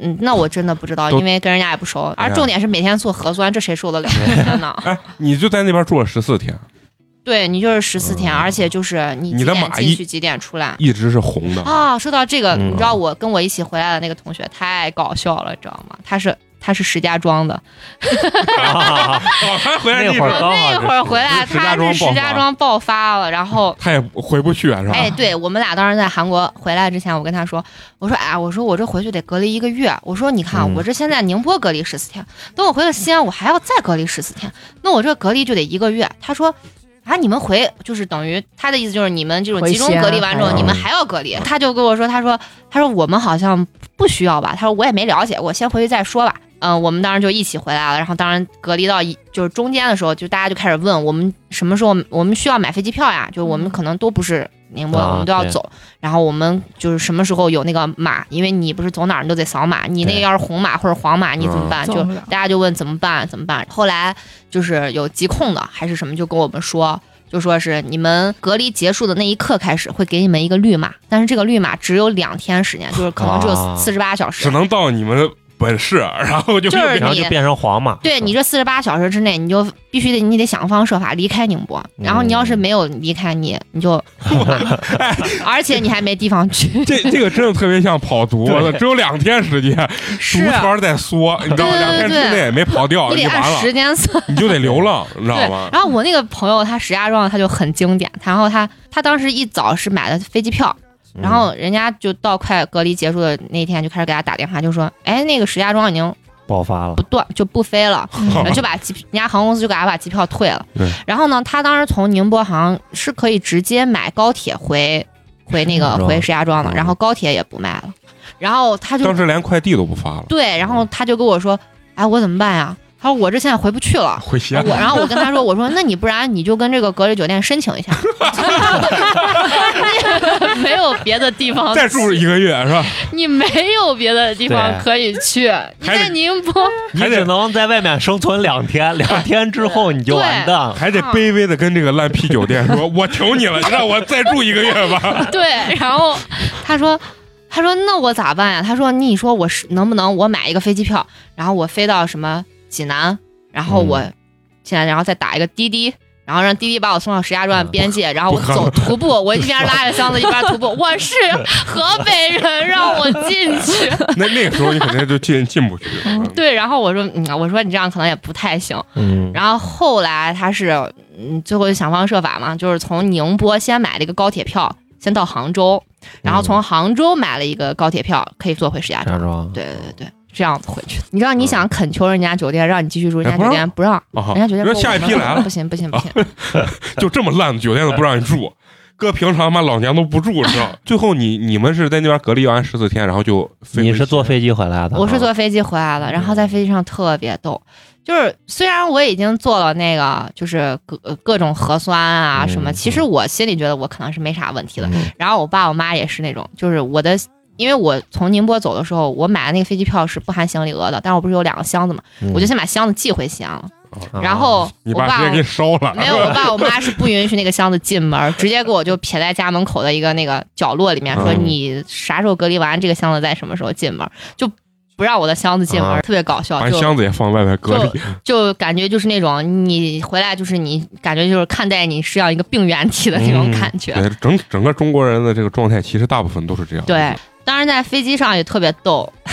嗯，那我真的不知道，
都
因为跟人家也不熟，
哎
而
呀
重点是每天做核酸，这谁受得了？天呐，
哎，你就在那边住了十四天，
对你就是十四天，
嗯
而且就是你
你
几
的
点
马一
进去几点出来，
一直是红
嗯
的。
啊，说到这个，
嗯
你知道我跟我一起回来的那个同学太搞笑了，知道吗？他是他是石家庄的，
哦，他回来
那
一
会
直
儿刚好
那会
是
儿回来
石家
他
庄爆
是石
发
家庄爆发了，然后。
他也回不去啊，是吧？
哎，对我们俩当时在韩国回来之前，我跟他说，我说，哎呀，我说我这回去得隔离一个月，我说你看啊
嗯
我这现在宁波隔离十四天，等我回了西安，我还要再隔离十四天，那我这隔离就得一个月。他说，啊，你们回就是等于他的意思就是你们这种
回
集中
西安
隔离完之后，
还要
你们还要隔离。他就跟我说，他说，他说我们好像不需要吧，他说我也没了解过，先回去再说吧。嗯，我们当时就一起回来了，然后当然隔离到一就是中间的时候，就大家就开始问我们什么时候我们需要买飞机票呀？就我们可能都不是宁波
嗯
的，
啊
我们都要
对
走。然后我们就是什么时候有那个码，因为你不是走哪儿你都得扫码，你那个
对嗯
要是红码或者黄码，你怎么办？
走
就
不了
大家就问怎么办？怎么办？后来就是有疾控的还是什么，就跟我们说，就说是你们隔离结束的那一刻开始会给你们一个绿码，但是这个绿码只有两天时间，就是可能只有
啊
四十八小时
只。能到你们本市，然后就
就
又
是
变
你
然后就变成黄马，
嗯
对你这四十八小时之内，你就必须得你得想方设法离开宁波，
嗯
然后你要是没有离开你，你 就后悔，
哎
而且你还没地方去，
这这个真的特别像跑毒，
对
我操只有两天时间，毒
是啊
圈儿在缩，你知道吗？
对
两
对
天
对
之内没跑掉，
你
你
得
完
按时
了，
间算。
你 就得流浪，你知道
对
吗，？
然后我那个朋友他石家庄的，他就很经典，然后他他当时一早是买了飞机票，
嗯
然后人家就到快隔离结束的那天就开始给他打电话，就说，哎，那个石家庄已经
爆发了
不，断就不飞 了，然后就把机人家航空公司就给他把机票退了
对。
然后呢，他当时从宁波好像是可以直接买高铁回回那个
石家庄
回石家庄的，
嗯
然后高铁也不卖了，然后他就
当时连快递都不发了，
对，然后他就跟我说，哎，我怎么办呀？他说我这现在回不去了。
回西安
我然后我跟他说，我说那你不然你就跟这个隔离酒店申请一下， 你没有别的地方去，
再住一个月是吧？
你没有别的地方
对
可以去，你
还得
在宁波，
你
还得
只能在外面生存两 天，两天之后你就完蛋。
还得卑微的跟这个烂啤酒店 说：“我求你了，你让我再住一个月吧。
对，然后他说，他说那我咋办呀？他说你说我是能不能我买一个飞机票，然后我飞到什么济南，然后我
嗯
现在然后再打一个滴滴。然后让滴滴把我送到石家庄的边界，然后我
嗯不可
走徒步，我一边拉着箱子一边徒 步。我是河北人，让我进去。”
那那个时候你肯定就进进不去了。
对，然后我说，嗯，我说你这样可能也不太行。
嗯，
然后后来他是，嗯，最后就想方设法嘛，就是从宁波先买了一个高铁票，先到杭州，然
嗯
后从杭州买了一个高铁票，可以坐回石家
石家
庄。
庄，
对对对对，这样子回去。你知道你想恳求人家酒店让你继续住，
嗯哎
人家
不让
酒店不让，
啊，
人家酒店
说
说
下一批来了
不，行不行不行，
就这么烂的酒店都不让你住，搁平常妈老娘都不住，知道？最后你你们是在那边隔离完十四天，然后就飞
你
回
是
西
坐
安
飞机回来
哦
的？啊
我是坐飞机回来的，然后
嗯
在飞机上特别逗，就是虽然我已经做了那个就是各呃各种核酸啊什么，
嗯
其实我心里觉得我可能是没啥问题的。
嗯
然后我爸我妈也是那种，就是我的因为我从宁波走的时候，我买的那个飞机票是不含行李额的，但是我不是有两个箱子嘛，
嗯
我就先把箱子寄回西安了。
啊
然后
你
我
爸直
爸
接给你烧了，
没有，我爸我妈是不允许那个箱子进门，直接给我就撇在家门口的一个那个角落里面，说
嗯
你啥时候隔离完，这个箱子在什么时候进门，就不让我的箱子进门，
啊
特别搞笑。
把
就
箱子也放外面隔离，
就感觉就是那种你回来就是你感觉就是看待你是像一个病原体的那
嗯
种感觉。
对，整整个中国人的这个状态其实大部分都是这样。
对，当然在飞机上也特别逗，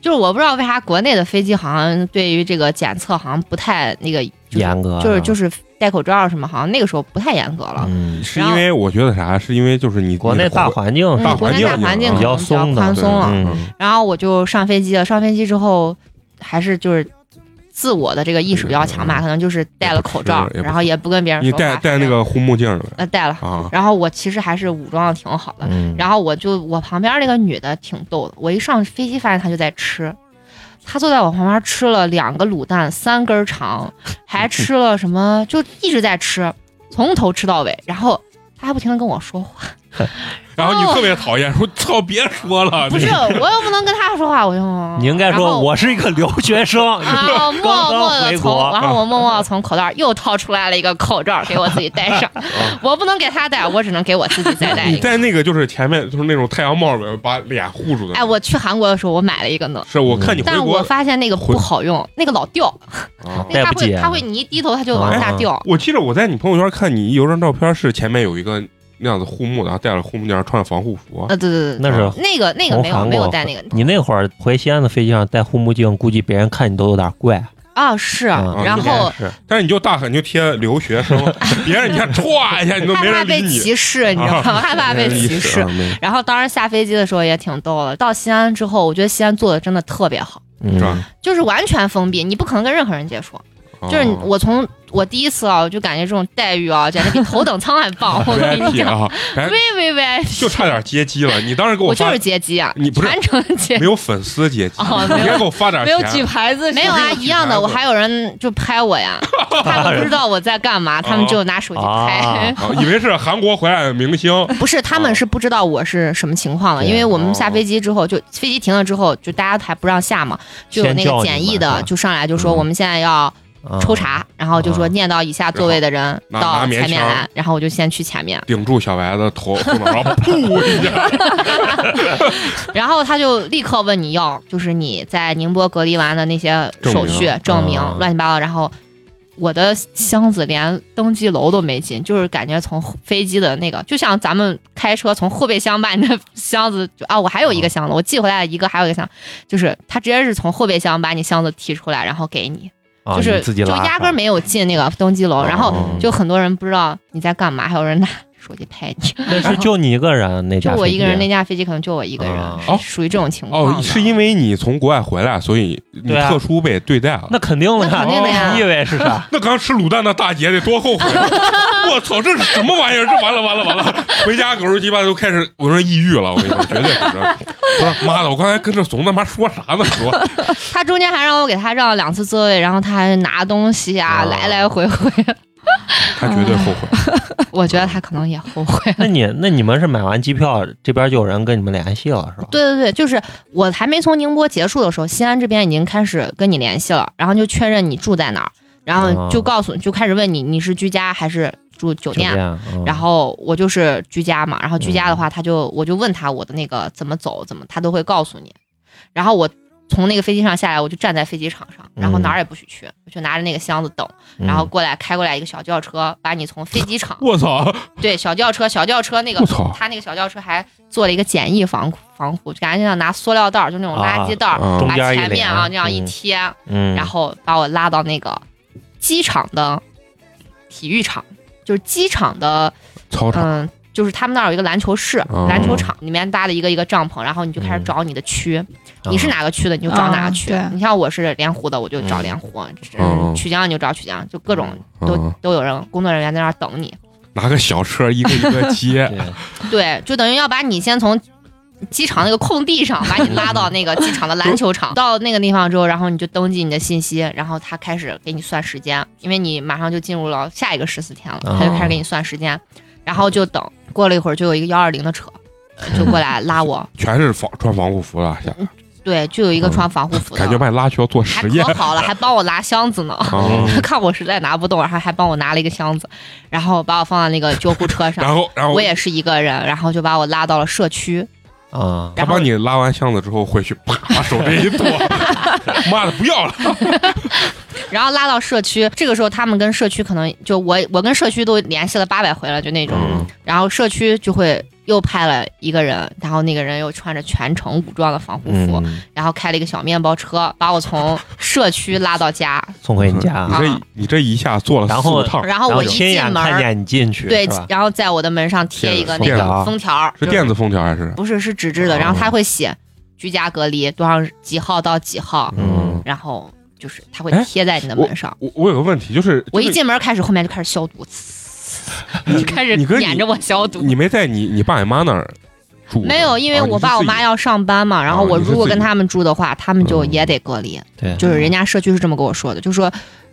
就是我不知道为啥国内的飞机好像对于这个检测好像不太那个，就是
严格啊
就是就是是戴口罩什么，好像那个时候不太严格了。
嗯，
是因为我觉得啥？是因为就是你
国内大环境
嗯
是
大
国
环
内
境
大环境
比
可
较
能比较
松的
宽松了，
嗯
然后我就上飞机了。上飞机之后，还是就是自我的这个意识比较强吧，可能就是戴了口罩
也不，是
然后也不跟别人
你
说话。
戴戴那个护目镜了
呃戴了，
啊，
然后我其实还是武装的挺好的。
嗯，
然后我就我旁边那个女的挺逗的，我一上飞机发现她就在吃，她坐在我旁边吃了两个卤蛋、三根肠，还吃了什么，就一直在吃，从头吃到尾，然后她还不停的跟我说话。
然后
哦
你特别讨厌，说操，别说了，
不是，我又不能跟她说话，我就
啊 你应该
然后
说我是一个留学生，
啊，默默
刚
的
回
从，
国
然后我默默地从口袋又掏出来了一个口罩给我自己戴上，
哦
我不能给他戴，我只能给我自己再戴
你
一个。
戴那个就是前面就是那种太阳帽呗，把脸护住的。
哎，我去韩国的时候我买了一个呢，
是我看你
但
回
是我
国，
发现那个
回
不好用，那个老掉，
啊哦
那
戴
个它
不
会
紧
它会你一低头它就往下掉。
我记得我在你朋友圈看你有张照片，是前面有一个那样子护目的，然后戴了护目镜，穿着防护服。
呃，对对对，
那是
那个那个
从
没有
韩
没有
国
戴那
嗯
个
你那会儿回西安的飞机上戴护目镜，估计别人看你都有点怪。
啊是，
嗯
然
应
后。
是
但是你就大喊，你就贴留学 生，别人你看歘一 下，你都没
害怕
人理
被
你，啊
歧视，你知道吗？害 怕被歧 视。然后当时下飞机的时候也挺逗的。到西安之后，我觉得西安做的真的特别好，
是
嗯
吧，啊
就是完全封闭，你不可能跟任何人接触。
哦
就是你我从我第一次啊，我就感觉这种待遇啊，简直比头等舱还 棒。我跟你
VIP
讲，
啊，哎，
喂喂喂，
就差点接机了。你当时给
我就
发
是接机啊，
你不是
全程接
没有粉丝接机，
哦
你
没有
应该给我发点
没有举
钱。
牌子，
没有啊，
手机
一样
举牌
的。
子
我还有人就拍我 呀，他们不知道我在干嘛，他们就拿手机拍
啊。
啊，以为是韩国回来的明星，
哦不是，他们是不知道我是什么情况哦的，
对
因为我们下飞机之后，就飞机停了之后，就大家还不让下嘛，就有那
先叫
个
你
检疫
们
的
是吧
就上来就说
嗯
我们现在要抽查，然后就说
啊
念到以下座位的人
拿
到
拿棉
前面
签儿
来，然后我就先去前面。
顶住小白的头，后脑勺噗一 下，
然后他就立刻问你要，就是你在宁波隔离完的那些手续、证
证
明、
明啊
乱七八糟。然后我的箱子连登机楼都没进，就是感觉从飞机的那个，就像咱们开车从后备箱把你的箱子就啊，我还有一个箱子，我寄回来一个，还有一个箱，就是他直接是从后备箱把你箱子提出来，然后给你，
啊
就
你
是
自己
就
拉上，
压根儿没有进那个登机楼，然后
哦
就很多人不知道你在干嘛，还有人拿手机拍你。
那是就你一个 人那
就
架
我一个人，
飞
那
机
架飞机可能就我一个人，
啊
是属于这种情况的。
哦，是因为你从国外回来，所以你
对啊
特殊被对待了。
那肯定的呀，
那肯定的呀
你以为是啥？
那刚吃卤蛋的大姐得多后悔！啊我操，这是什么玩意儿？这完了完了完了！回家狗日鸡巴都开始，我说抑郁了，我跟你说，绝对是。我说妈的，我刚才跟这怂他妈说啥呢？说
他中间还让我给他让了两次座位，然后他还拿东西啊，
啊
来来回回，
他绝对后悔。
我觉得他可能也 后悔。
那你那你们是买完机票，这边就有人跟你们联系了是吧？
对对对，就是我还没从宁波结束的时候，西安这边已经开始跟你联系了，然后就确认你住在哪儿，然后就告诉就开始问你你是居家还是住酒
酒
店。
店，嗯
然后我就是居家嘛，然后居家的话，他就我就问他我的那个怎么走，怎么他都会告诉你。然后我从那个飞机上下来，我就站在飞机场上，然后
嗯
哪儿也不许去，我就拿着那个箱子等，然
嗯
后过来开过来一个小轿车，把你从飞机场
我操！
对小轿车小轿车那个
我操
他那个小轿车还做了一个简易防防护，感觉像拿塑料袋儿就那种垃圾袋儿，
啊
中
把
间一
前面啊
连
这样一
嗯
贴，
嗯，
然后把我拉到那个机场的体育场，就是机场的
操场
嗯，就是他们那儿有一个篮球室
哦，
篮球场里面搭了一个一个帐篷，然后你就开始
嗯
找你的区，
哦
你是
啊
哪个区的你就找哪
啊
个区
对。
你像我是莲湖的，我就找莲湖；
嗯哦
曲江你就找曲江，就各种啊都
嗯
都有人工作人员在那儿等你。
拿个小车一个一个接，
对
对，就等于要把你先从。机场那个空地上，把你拉到那个机场的篮球场， 到那个地方之后，然后你就登记你的信息，然后他开始给你算时间，因为你马上就进入了
啊
下一个十四天了，他就开始给你算时间，然后就等过了一会儿，就有一个幺二零的车，就过来 拉我，
全是防穿防护服的，现在
对，就有一个穿防护服的，
感觉把你拉去要做
还嗯
实验
可好了，还帮我拿箱子呢。
啊。
看我实在拿不动，然后还帮我拿了一个箱子，然后把我放在那个救护车
然
上。
后，然后
我也是一个人，然后就把我拉到了社区。
啊，
他
然后
把你拉完箱子之后回去，啪，把手这一剁， 妈的不要了，
然后拉到社区，这个时候他们跟社区可能就我我跟社区都联系了八百回了，就那种。
嗯
然后社区就会又派了一个人，然后那个人又穿着全程武装的防护服，
嗯，
然后开了一个小面包车，把我从社区拉到家。
送回你家
你，这你这一下做了
然
四
后
五趟，
然后
然后
嗯啊我一
亲
进
眼
门
看
儿，
见你进去，
对
是吧，？
然后在我的门上贴一个那
电
子
个
封
封条儿，
是
就
电子封条还是？
不是，是纸质的，
哦
然后他会写居家隔离多少几号到几号，
嗯，
然后就是他会
哎
贴在你的门上。
我我有个问题，就是
我一
就是
进门开始，后面就开始消毒，就 开始
你跟你
撵着我消毒。
你没在你你爸你妈那儿住？
没有，因为
啊
我爸我妈，要上班嘛，
哦
然后我如果跟他们住的话，他们就
嗯
也得隔离。
对，
就是人家社区是这么跟我说的，就说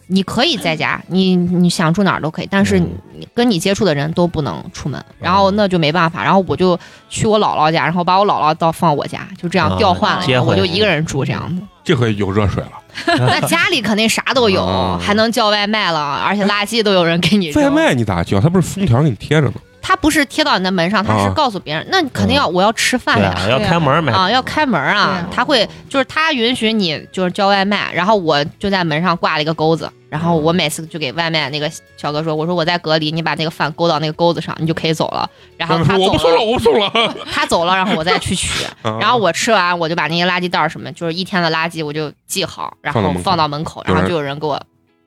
你可以在家，你你想住哪儿都可以，但是
嗯
你跟你接触的人都不能出
哦
门，然后那就没办法，然后我就去我姥姥家，然后把我姥姥到放我家，就这样
哦
啊
调换了一
接
下，
回
我就
来
一个人住这 样子。
你是自己这回有热水了。
那家里肯定啥都有
啊，
还能叫外卖了，而且垃圾都有人给你
外
扔。
卖你咋叫？他不是封条给你贴着呢？
他不是贴到你的门上，他是
啊
告诉别人，那你肯定要我要吃饭
对
呀。
啊，要开门买
啊，要开门啊！
对
他会就是他允许你就是叫外卖，然后我就在门上挂了一个钩子，然后我每次就给外卖那个小哥说，我说我在隔离，你把那个饭勾到那个钩子上，你就可以走了。然后他
我
走
不送了，
了，
我不送了。
他走了，然后我再去取。 然后我吃完，我就把那些垃圾袋儿什么，就是一天的垃圾我就记好，然
放到
后
门口
放到门口，
有
然后
人
就有人给我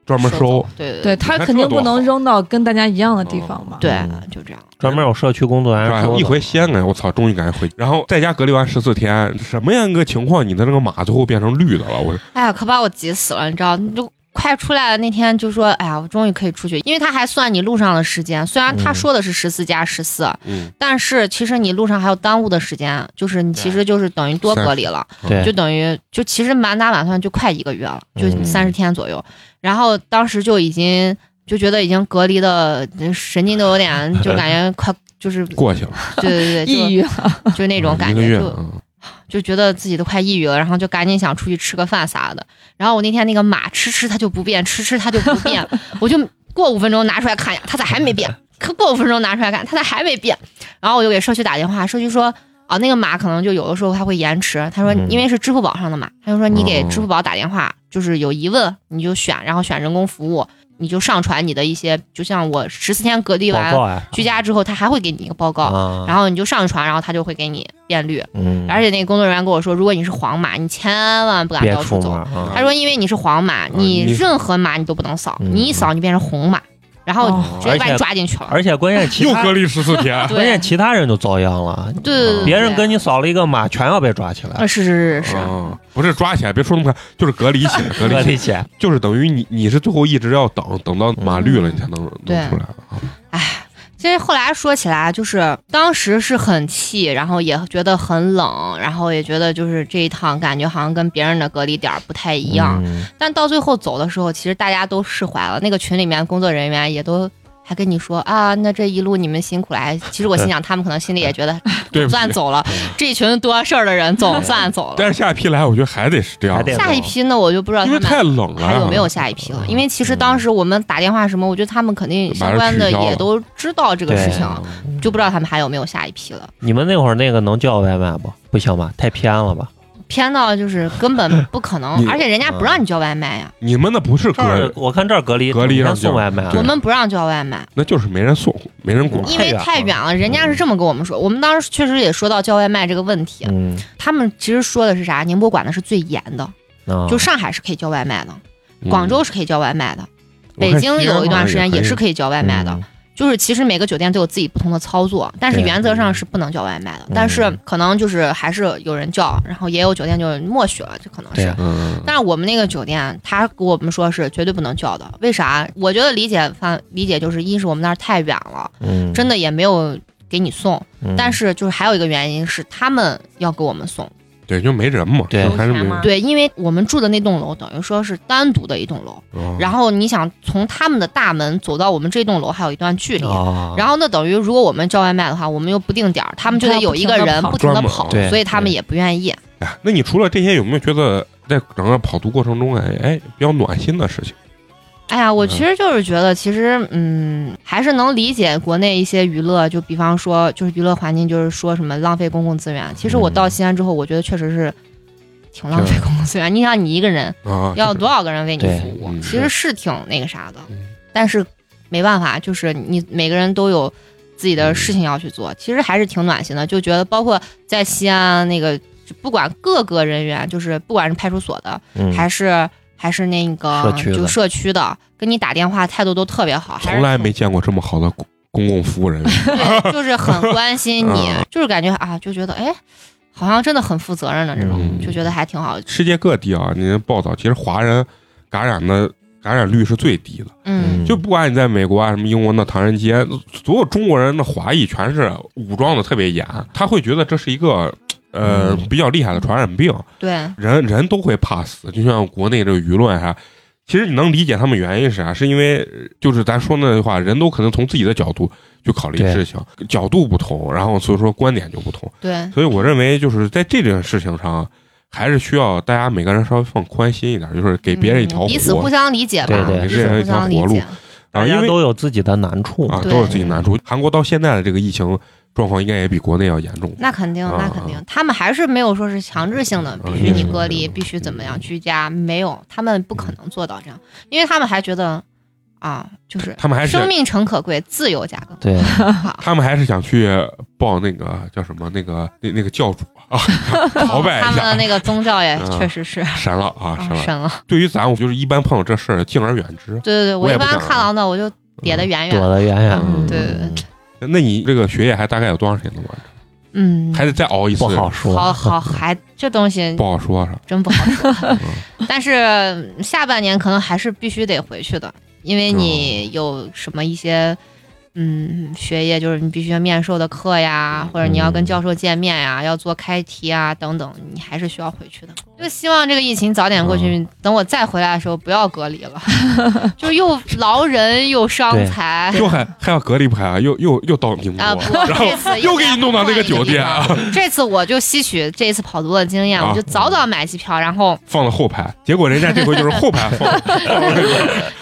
专门
收
收
走。对对
对
对
他
你看
肯
这
定不
多好
能扔到跟大家一样的地方嘛。
对
嗯，
就这样。
专门有社区工作人
是
员
吧
说？的
啊一回西安，感觉我操，终于感觉回。然后在家隔离完十四天，什么样一个情况，你的那个码最后变成绿的了？我
哎呀，可把我急死了，你知道，你就快出来了那天就说，哎呀，我终于可以出去，因为他还算你路上的时间，虽然他
嗯
说的是十四加十四，
嗯，
但是其实你路上还有耽误的时间，就是你其实就是等于多隔离了，
对，
就等于就其实满打满算就快一个月了，就
嗯
三十天左右。然后当时就已经就觉得已经隔离的神经都有点，就感觉快就是 对
过去了，
对对，
抑
就
郁，
就那种感
一个月
觉，就
嗯
就觉得自己都快抑郁了，然后就赶紧想出去吃个饭啥的。然后我那天那个码吃吃它就不变，吃吃它就不 变，我就过五分钟拿出来看一下，它咋还没变？可过五分钟拿出来看，它咋还没变？然后我就给社区打电话，社区说。啊，那个码可能就有的时候它会延迟。他说，
嗯
因为是支付宝上的码，他就说你给
哦
支付宝打电话，就是有疑问你就选，然后选人工服务，你就上传你的一些，就像我十四天隔离
广
完
告呀，
居家之后，他还会给你一个报告，
啊，
然后你就上传，然后他就会给你变绿。
嗯，
而且那个工作人员跟我说，如果你是黄码，你千万不敢
别
到
出门
处走。
啊，
他说，因为你是黄码，
你
你任何码你都不能扫，
嗯
你一扫你变成红码，然后
哦
直接把
而且
你抓进去了。
而且关键哎其
又
他
隔离十四天，
关
对
键其他人就遭殃了，
对对对，
别人跟
你
你扫了一个码，全要被抓起来
啊，，是是是是，
嗯，不是抓起来，别说那么快，就是隔离起来，
嗯
隔
合
离起来，
理解，
就是等于你你是最后一直要等等到码绿了，你才能能
嗯对
出来啊。
哎其实后来说起来，就是当时是很气，然后也觉得很冷，然后也觉得就是这一趟感觉好像跟别人的隔离点儿不太一样。
嗯
但到最后走的时候，其实大家都释怀了。那个群里面工作人员也都还跟你说啊，那这一路你们辛苦 了。哎其实我心想，他们可能心里也觉得哎
对不起，
算走了，这群多事儿的人总算走了。
但是下一批来，我觉得还得是这样
还，得
下一批呢，我就不知道
因
他
为
们
太冷了，啊嗯
还有没有下一批了，因为其实当时我们打电话什么，我觉得他们肯定相关的也都知道这个事情，
嗯
就不知道他们还有没有下一批了。
你们那会儿那个能叫外卖不？不行吧，太偏了吧？
偏到就是根本不可能
你，
而且人家不让你叫外卖呀，
你们那不是
这
隔
儿
离，
我看这儿隔离
隔离
整天
让
送
叫
外卖
嗯
了，
对
我们不让叫外卖，
那就是没人送，没人管。
因为太远了。人家是这么跟我们说，我们当时确实也说到叫外卖这个问题，
嗯，
他们其实说的是啥？宁波管的是最严的，
啊
就上海是可以叫外卖的，
嗯
广州是可以叫外卖的，北京有一段时间也是可以叫嗯外卖的，，就是其实每个酒店都有自己不同的操作，但是
对
原则上是不能叫外卖的。但是可能就是还是有人叫，然后也有酒店就默许了，这可能
对
是
啊。
嗯，
但是我们那个酒店，他给我们说是绝对不能叫的，为啥？我觉得理解范理解就是，一是我们那儿太远了，
嗯，
真的也没有给你送，
嗯，
但是就是还有一个原因是他们要给我们送，
对，就没人嘛，
对
就还是没
有钱
人
吗。
对，因为我们住的那栋楼等于说是单独的一栋楼，
哦
然后你想从他们的大门走到我们这栋楼还有一段距离，
哦，
然后那等于如果我们叫外卖的话，我们又不定点儿，他们就
他
得
要
有
不
一
停
个
地
人
跑
不停的
专门
跑
对，
所以他们
对
也不愿意。
哎，那你除了这些，有没有觉得在整个跑图过程中，哎哎，比较暖心的事情？
哎呀，我
嗯
其实就是觉得，其实嗯，还是能理解国内一些娱乐，就比方说就是娱乐环境，就是说什么浪费公共资源。其实我到
嗯
西安之后，我觉得确实是挺浪
对
费公共资源。你想，你一个人
啊，
要
就是
多少个人为你
对
服务啊
嗯？
其
是
实是挺那个啥的
嗯，
但是没办法，就是你每个人都有自己的事情要去
嗯
做，其实还是挺暖心的。就觉得包括在西安那个，就不管各个人员，就是不管是派出所的，
嗯
还是还是那个
社区的
就社区的，跟你打电话态度都特别好，还是
从来没见过这么好的公公共服务 人员。
对，就是很关心你
嗯，
就是感觉啊，就觉得哎，好像真的很负责任的这种，
嗯
就觉得还挺好。
世界各地啊，您报道，其实华人感染的感染率是最低的。
嗯，
就不管你在美国啊，什么英国那唐人街，所有中国人的华裔全是武装的特别严，他会觉得这是一个呃
嗯
比较厉害的传染病，
对，
人人都会怕死，就像国内这个舆论啥。其实你能理解他们原因是啥，是因为呃就是咱说那句话，人都可能从自己的角度去考虑
对
事情，角度不同，然后所以说观点就不同。
对，
所以我认为就是在这件事情上，啊还是需要大家每个人稍微放宽心一点，就是给别人一条
嗯
活
彼此互
路
相理解吧，
对对
彼此互相理
给人一
解
条。啊，
大
因
家
为
都有自己的难处嘛
啊，
对
都有自己难处。韩国到现在的这个疫情状况，应该也比国内要严重。
那肯定，那肯定，他们还是没有说是强制性的，
嗯
必须你隔
嗯
离，
嗯
必须怎么样居家，没有，他们不可能做到这样，因为他们还觉得啊，就是
他们还是
生命诚可贵，自由价更
对，
好。
他们还是想去报那个叫什么那个那那个教主啊， 朝拜
他
一
们的
下，
那个宗教也
嗯
确实是哦
神了啊，神了。
神了。
对于咱，我就是一般碰到这事儿敬而远之。嗯
对对对，
我
我
也
一
不
般
想
看到的我就
别
别得远
躲
远。
得远远的。
嗯
对对对
嗯，
那你这个学业还大概有多长时间能完成？
嗯，
还得再熬一次？
不好，说。
好好还这东西
不好说 嗯是吧？
真不好说。但是下半年可能还是必须得回去的，因为
哦
你有什么一些。嗯，学业就是你必须要面授的课呀，或者
嗯
你要跟教授见面呀，要做开题啊等等，你还是需要回去的。就希望这个疫情早点过
哦
去，等我再回来的时候不要隔离了， 就是又劳人又伤
对
财。
又还还要隔离不开啊？又又又到宁波，
啊，不，
然后
这次
又给你弄到那个酒店啊
换一个地方。 这次我就吸取这一次跑图的经验，
啊
我就早早买机票，然后
放到后排，结果人家这回就是后排放，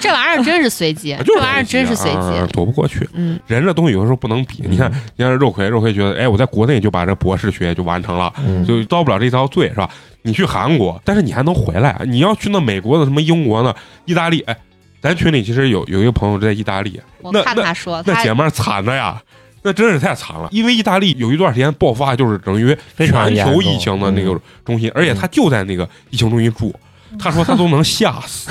这玩意儿真是随机，
就
这玩意儿真是随
啊
机。
躲不过去。
嗯，
人这东西有的时候不能比，你 看，你看肉葵，肉葵觉得，哎，我在国内就把这博士学业就完成了，
嗯，
就遭不了这遭罪，是吧？你去韩国，但是你还能回来，你要去那美国的什么英国呢，意大利，哎，咱群里其实有有一个朋友在意大利，
我
那
看
那
他说
那
哦他
姐妹儿惨的呀。那真是太惨了，因为意大利有一段时间爆发，就是等于
非常
全
严
球
重
疫情的那个中心，而且
嗯
他就在那个疫情中心住，他说他都能吓 死，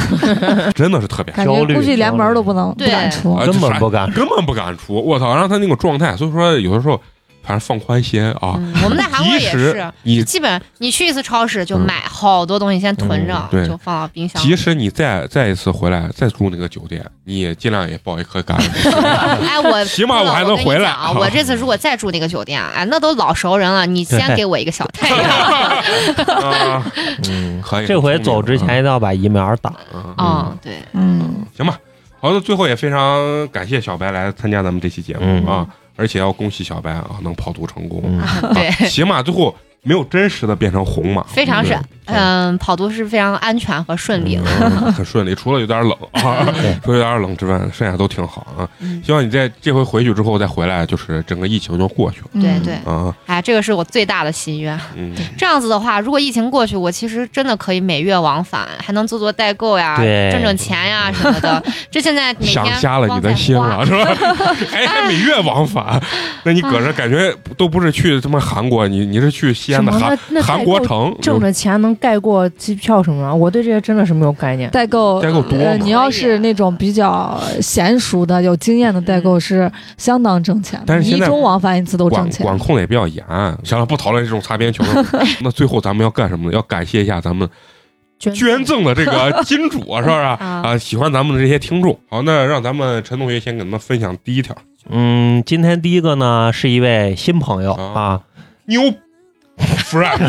真的是特别
感
焦
觉
虑
估计连门都不能不
对
敢出
啊。
根本不敢。
根本不敢出，我操！然后他那个状态，所以说有的时候反正放宽心啊，
嗯我们在韩国
即
也
使
是，
你
基本上你去一次超市就买好多东西，先囤
嗯
着
对，
就放到冰箱。
即使你再再一次回来再住那个酒店，你也尽量也抱一颗感恩
哎，我
起码我还能回来
啊！我这次如果再住那个酒店，哎，那都老熟人了，你先给我一个小 太阳。嗯
啊，
嗯，
可以。
这回走之前一定要把疫苗打。
啊，嗯
嗯，对，
嗯，
行吧。好，那最后也非常感谢小白来参加咱们这期节目
嗯
啊，而且要恭喜小白啊，能跑图成功，
嗯，
啊
对
起码最后没有真实的变成红马，
非常是
对，
嗯，跑图是非常安全和顺利的。
嗯很顺利，除了有点冷啊，
对
除了有点冷之外，剩下都挺好啊。
嗯，
希望你在这回回去之后再回来，就是整个疫情就过去了
对
嗯
对，
啊。
哎，这个是我最大的心愿。
嗯，
这样子的话，如果疫情过去，我其实真的可以每月往返，还能做做代购呀，
对
挣挣钱呀什么 的。这现在每天
想瞎了你的心了
光在花
是 吧？还还每月往返，那你
啊
搁这感觉都不是去他妈韩国，你你是去西
什
安的
么
韩
那那
韩
代
国
购
城，
挣的钱能盖过机票什么的？我对这些真的是没有概念。
代购
代购
嗯
多
呃，
嘛
你
啊
要是那种比较娴熟的、有经验的代购，是相当挣钱的。
但是
你
现
一
在
周往返一次都
管
挣钱。
管控的也比较严。行了，不讨论这种擦边球了。 那最后咱们要干什么呢？要感谢一下咱们
捐
捐赠的这个金主啊，是不是啊？啊，喜欢咱们的这些听众。好，那让咱们陈同学先给他们分享第一条。
嗯，今天第一个呢是一位新朋友
啊
啊，
妞 friend，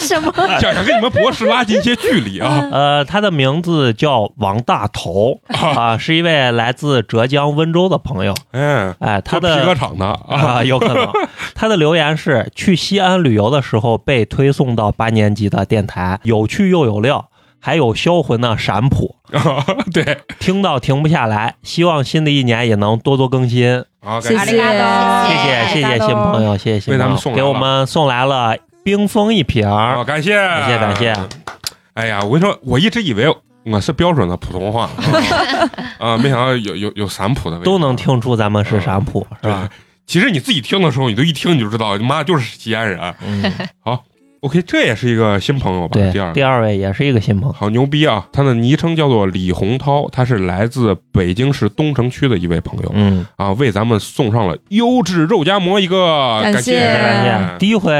什么？
想想跟你们博士拉近一些距离啊。
呃，他的名字叫王大 头啊、是一位来自浙江温州的朋友。
哎，
哎，他
做皮革
的
厂的啊，
啊，有可能他的留言是：去西安旅游的时候被推送到八年级的电台，有趣又有料，还有销魂的陕普，
对
听到停不下来。希望新的一年也能多多更新。
啊，
谢
感
谢
谢
哎
谢谢
大
谢
家
新
都
朋友，谢谢新
为咱们
朋友
送来
给我
了
们送来了冰封一瓶儿
啊，感谢
感
感
谢感谢。
哎呀，我跟你说，我一直以为我是标准的普通话 啊啊，没想到有有有散普的味道
都能。听出咱们是
嗯
陕普，是
对
吧？
其实你自己听的时候，你都一听你就知道，你妈就是西安人。
嗯，
OK，这也是一个新朋友吧？
对
第二，个。
第二位也是一个新朋友，
好牛逼啊！他的昵称叫做李洪涛，他是来自北京市东城区的一位朋友
嗯，
啊，为咱们送上了优质肉夹馍一个，
感
感
谢
感
感
嗯谢。第一回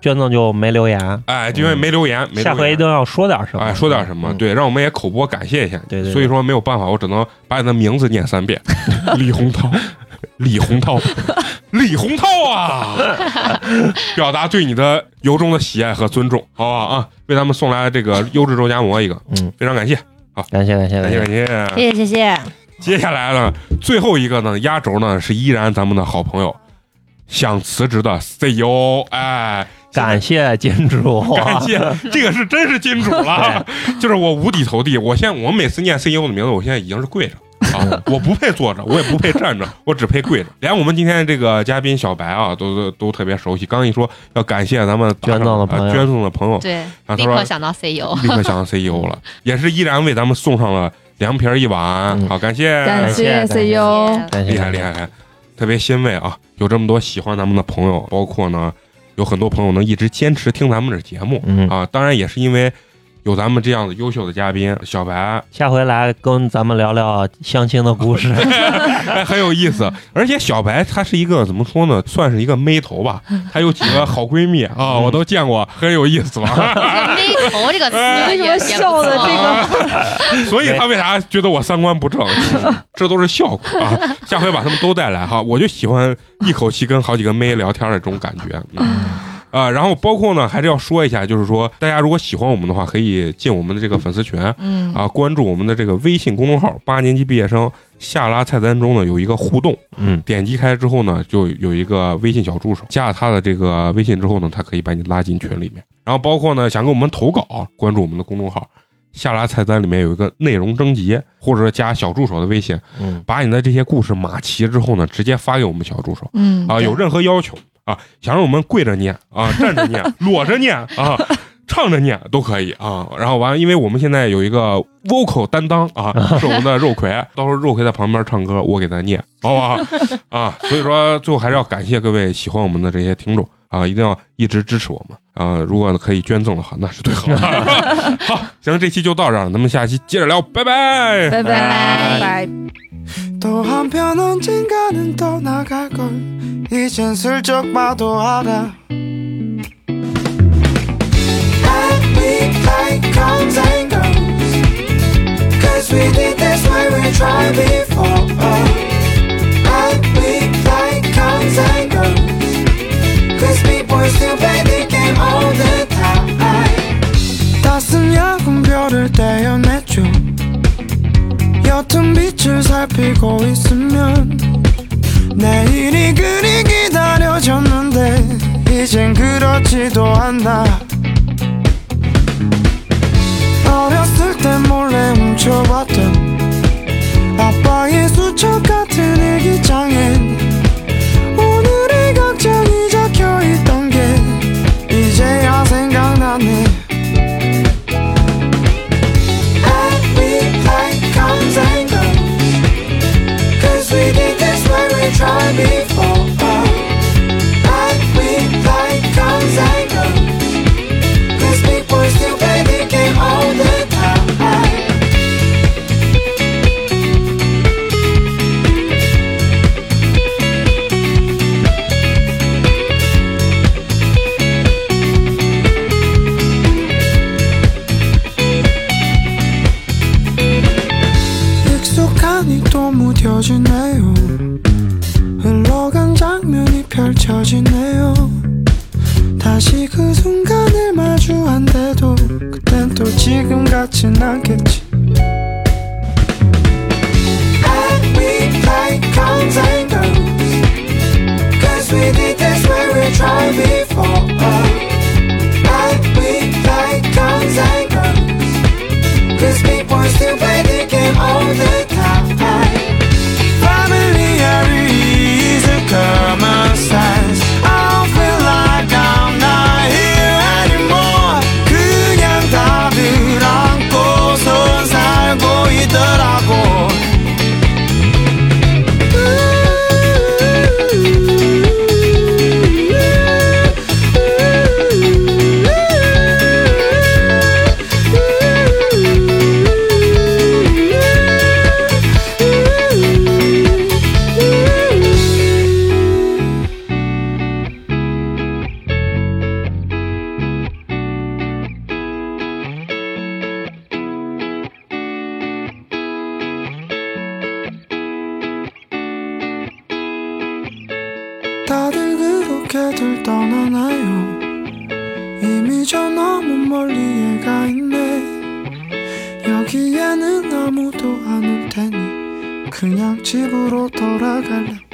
捐赠就没留言，
哎，因为没留言，没留言
下回一定要说点什么，
哎说点什么，
嗯，
对，让我们也口播感谢一下你。
对对对
所以说没有办法，我只能把你的名字念三 遍，李洪涛，李洪涛，李洪涛啊！ 表达对你的由衷的喜爱和尊重，好不好啊？为咱们送来这个优质肉夹馍一个，
嗯，
非常感谢，
感谢感谢
感谢
感谢
感。 谢。
谢谢谢谢，
接下来呢，最后一个呢，压轴呢是依然咱们的好朋友，想辞职的 CEO，哎，
感谢金主，
感谢，这个是真是金主 了，就是我无底投地，我现在我每次念 CEO 的名字，我现在已经是跪着。啊，我不配坐着，我也不配站着， 我只配跪着。连我们今天这个嘉宾小白啊，都都都特别熟悉。刚一说要感谢咱们
捐赠的
呃
朋友
捐赠的朋友，
对，
然后
立
啊他说
刻想到 E CEO，
立刻想到 CEO 了， 也是依然为咱们送上了凉皮儿一碗。
嗯
好，感谢，
感
谢
谢 E CEO，
感谢
厉害厉害，厉害特别欣慰啊！有这么多喜欢咱们的朋友，包括呢，有很多朋友能一直坚持听咱们的节目、
嗯，
啊。当然也是因为有咱们这样的优秀的嘉宾小白，
下回来跟咱们聊聊相亲的 故事，
哎，很有意思。而且小白她是一个怎么说呢，算是一个妹头吧，她有几个好闺蜜啊，我都见过，很有意思啊吧。
眉 E 头这个词
为什
也
么笑的这个？
所以她为啥觉得我三观不正？这都是效果啊！下回把他们都带来哈，我就喜欢一口气跟好几个妹聊天的这种感觉。嗯啊、然后包括呢，还是要说一下，就是说，大家如果喜欢我们的话，可以进我们的这个粉丝群啊、
嗯，
关注我们的这个微信公众号“八年级毕业生”，下拉菜单中呢有一个互动，
嗯，
点击开之后呢，就有一个微信小助手，加了他的这个微信之后呢，他可以把你拉进群里面。然后包括呢，想给我们投稿，关注我们的公众号，下拉菜单里面有一个内容征集，或者加小助手的微信，
嗯，
把你的这些故事码齐之后呢，直接发给我们小助手
嗯
啊。有任何要求啊，想让我们跪着念啊、站着念、裸着念啊、唱着念都可以啊。然后完了，因为我们现在有一个 vocal 担当啊，是我们的肉葵，到时候肉葵在旁边唱歌，我给他念，好不好？啊，所以说最后还是要感谢各位喜欢我们的这些听众啊，一定要一直支持我们。啊、如果可以捐赠的话，那是最好的。 好，行，这期就到这儿了，咱们下期接着聊，拜拜。
拜
哎
拜
拜
拜。
또 한편 언젠가는 떠나갈 걸 이젠 슬쩍 봐도 알아 And we play comes and goes Cause we did this when we tried before And we play comes and goes Cause people still play the game all the time 따스운 야구별을 떼어내죠 옅은 빛을 살피고 있으면 내일이 그리 기다려졌는데 이젠 그렇지도 않나 어렸을 때 몰래 훔쳐봤던 아빠의 수첩 같은 일기장엔 오늘의 걱정이 적혀있던 게 이제야 생각나네 And we play comes and goes. Cause we did this when we tried before. And we play comes and goes. Cause people still play the game all the time. 익숙하니 또 무뎌지네요 흘러간 장면이 펼쳐지네요 다시 그 순간을 마주 필요한데도 그땐 또 지금 같진 않겠지 And we play comes and goes Cause we did this when we tried before And we play comes and goes Cause people still play the game all the time Family is a common sense. I don't feel like I'm not here anymore. 그냥 답을 안고선 살고 있더라고. 다들 그렇게들 떠나나요 이미 저 너무 멀리 얘가 있네 여기에는 아무도 안 올 테니 그냥 집으로 돌아갈래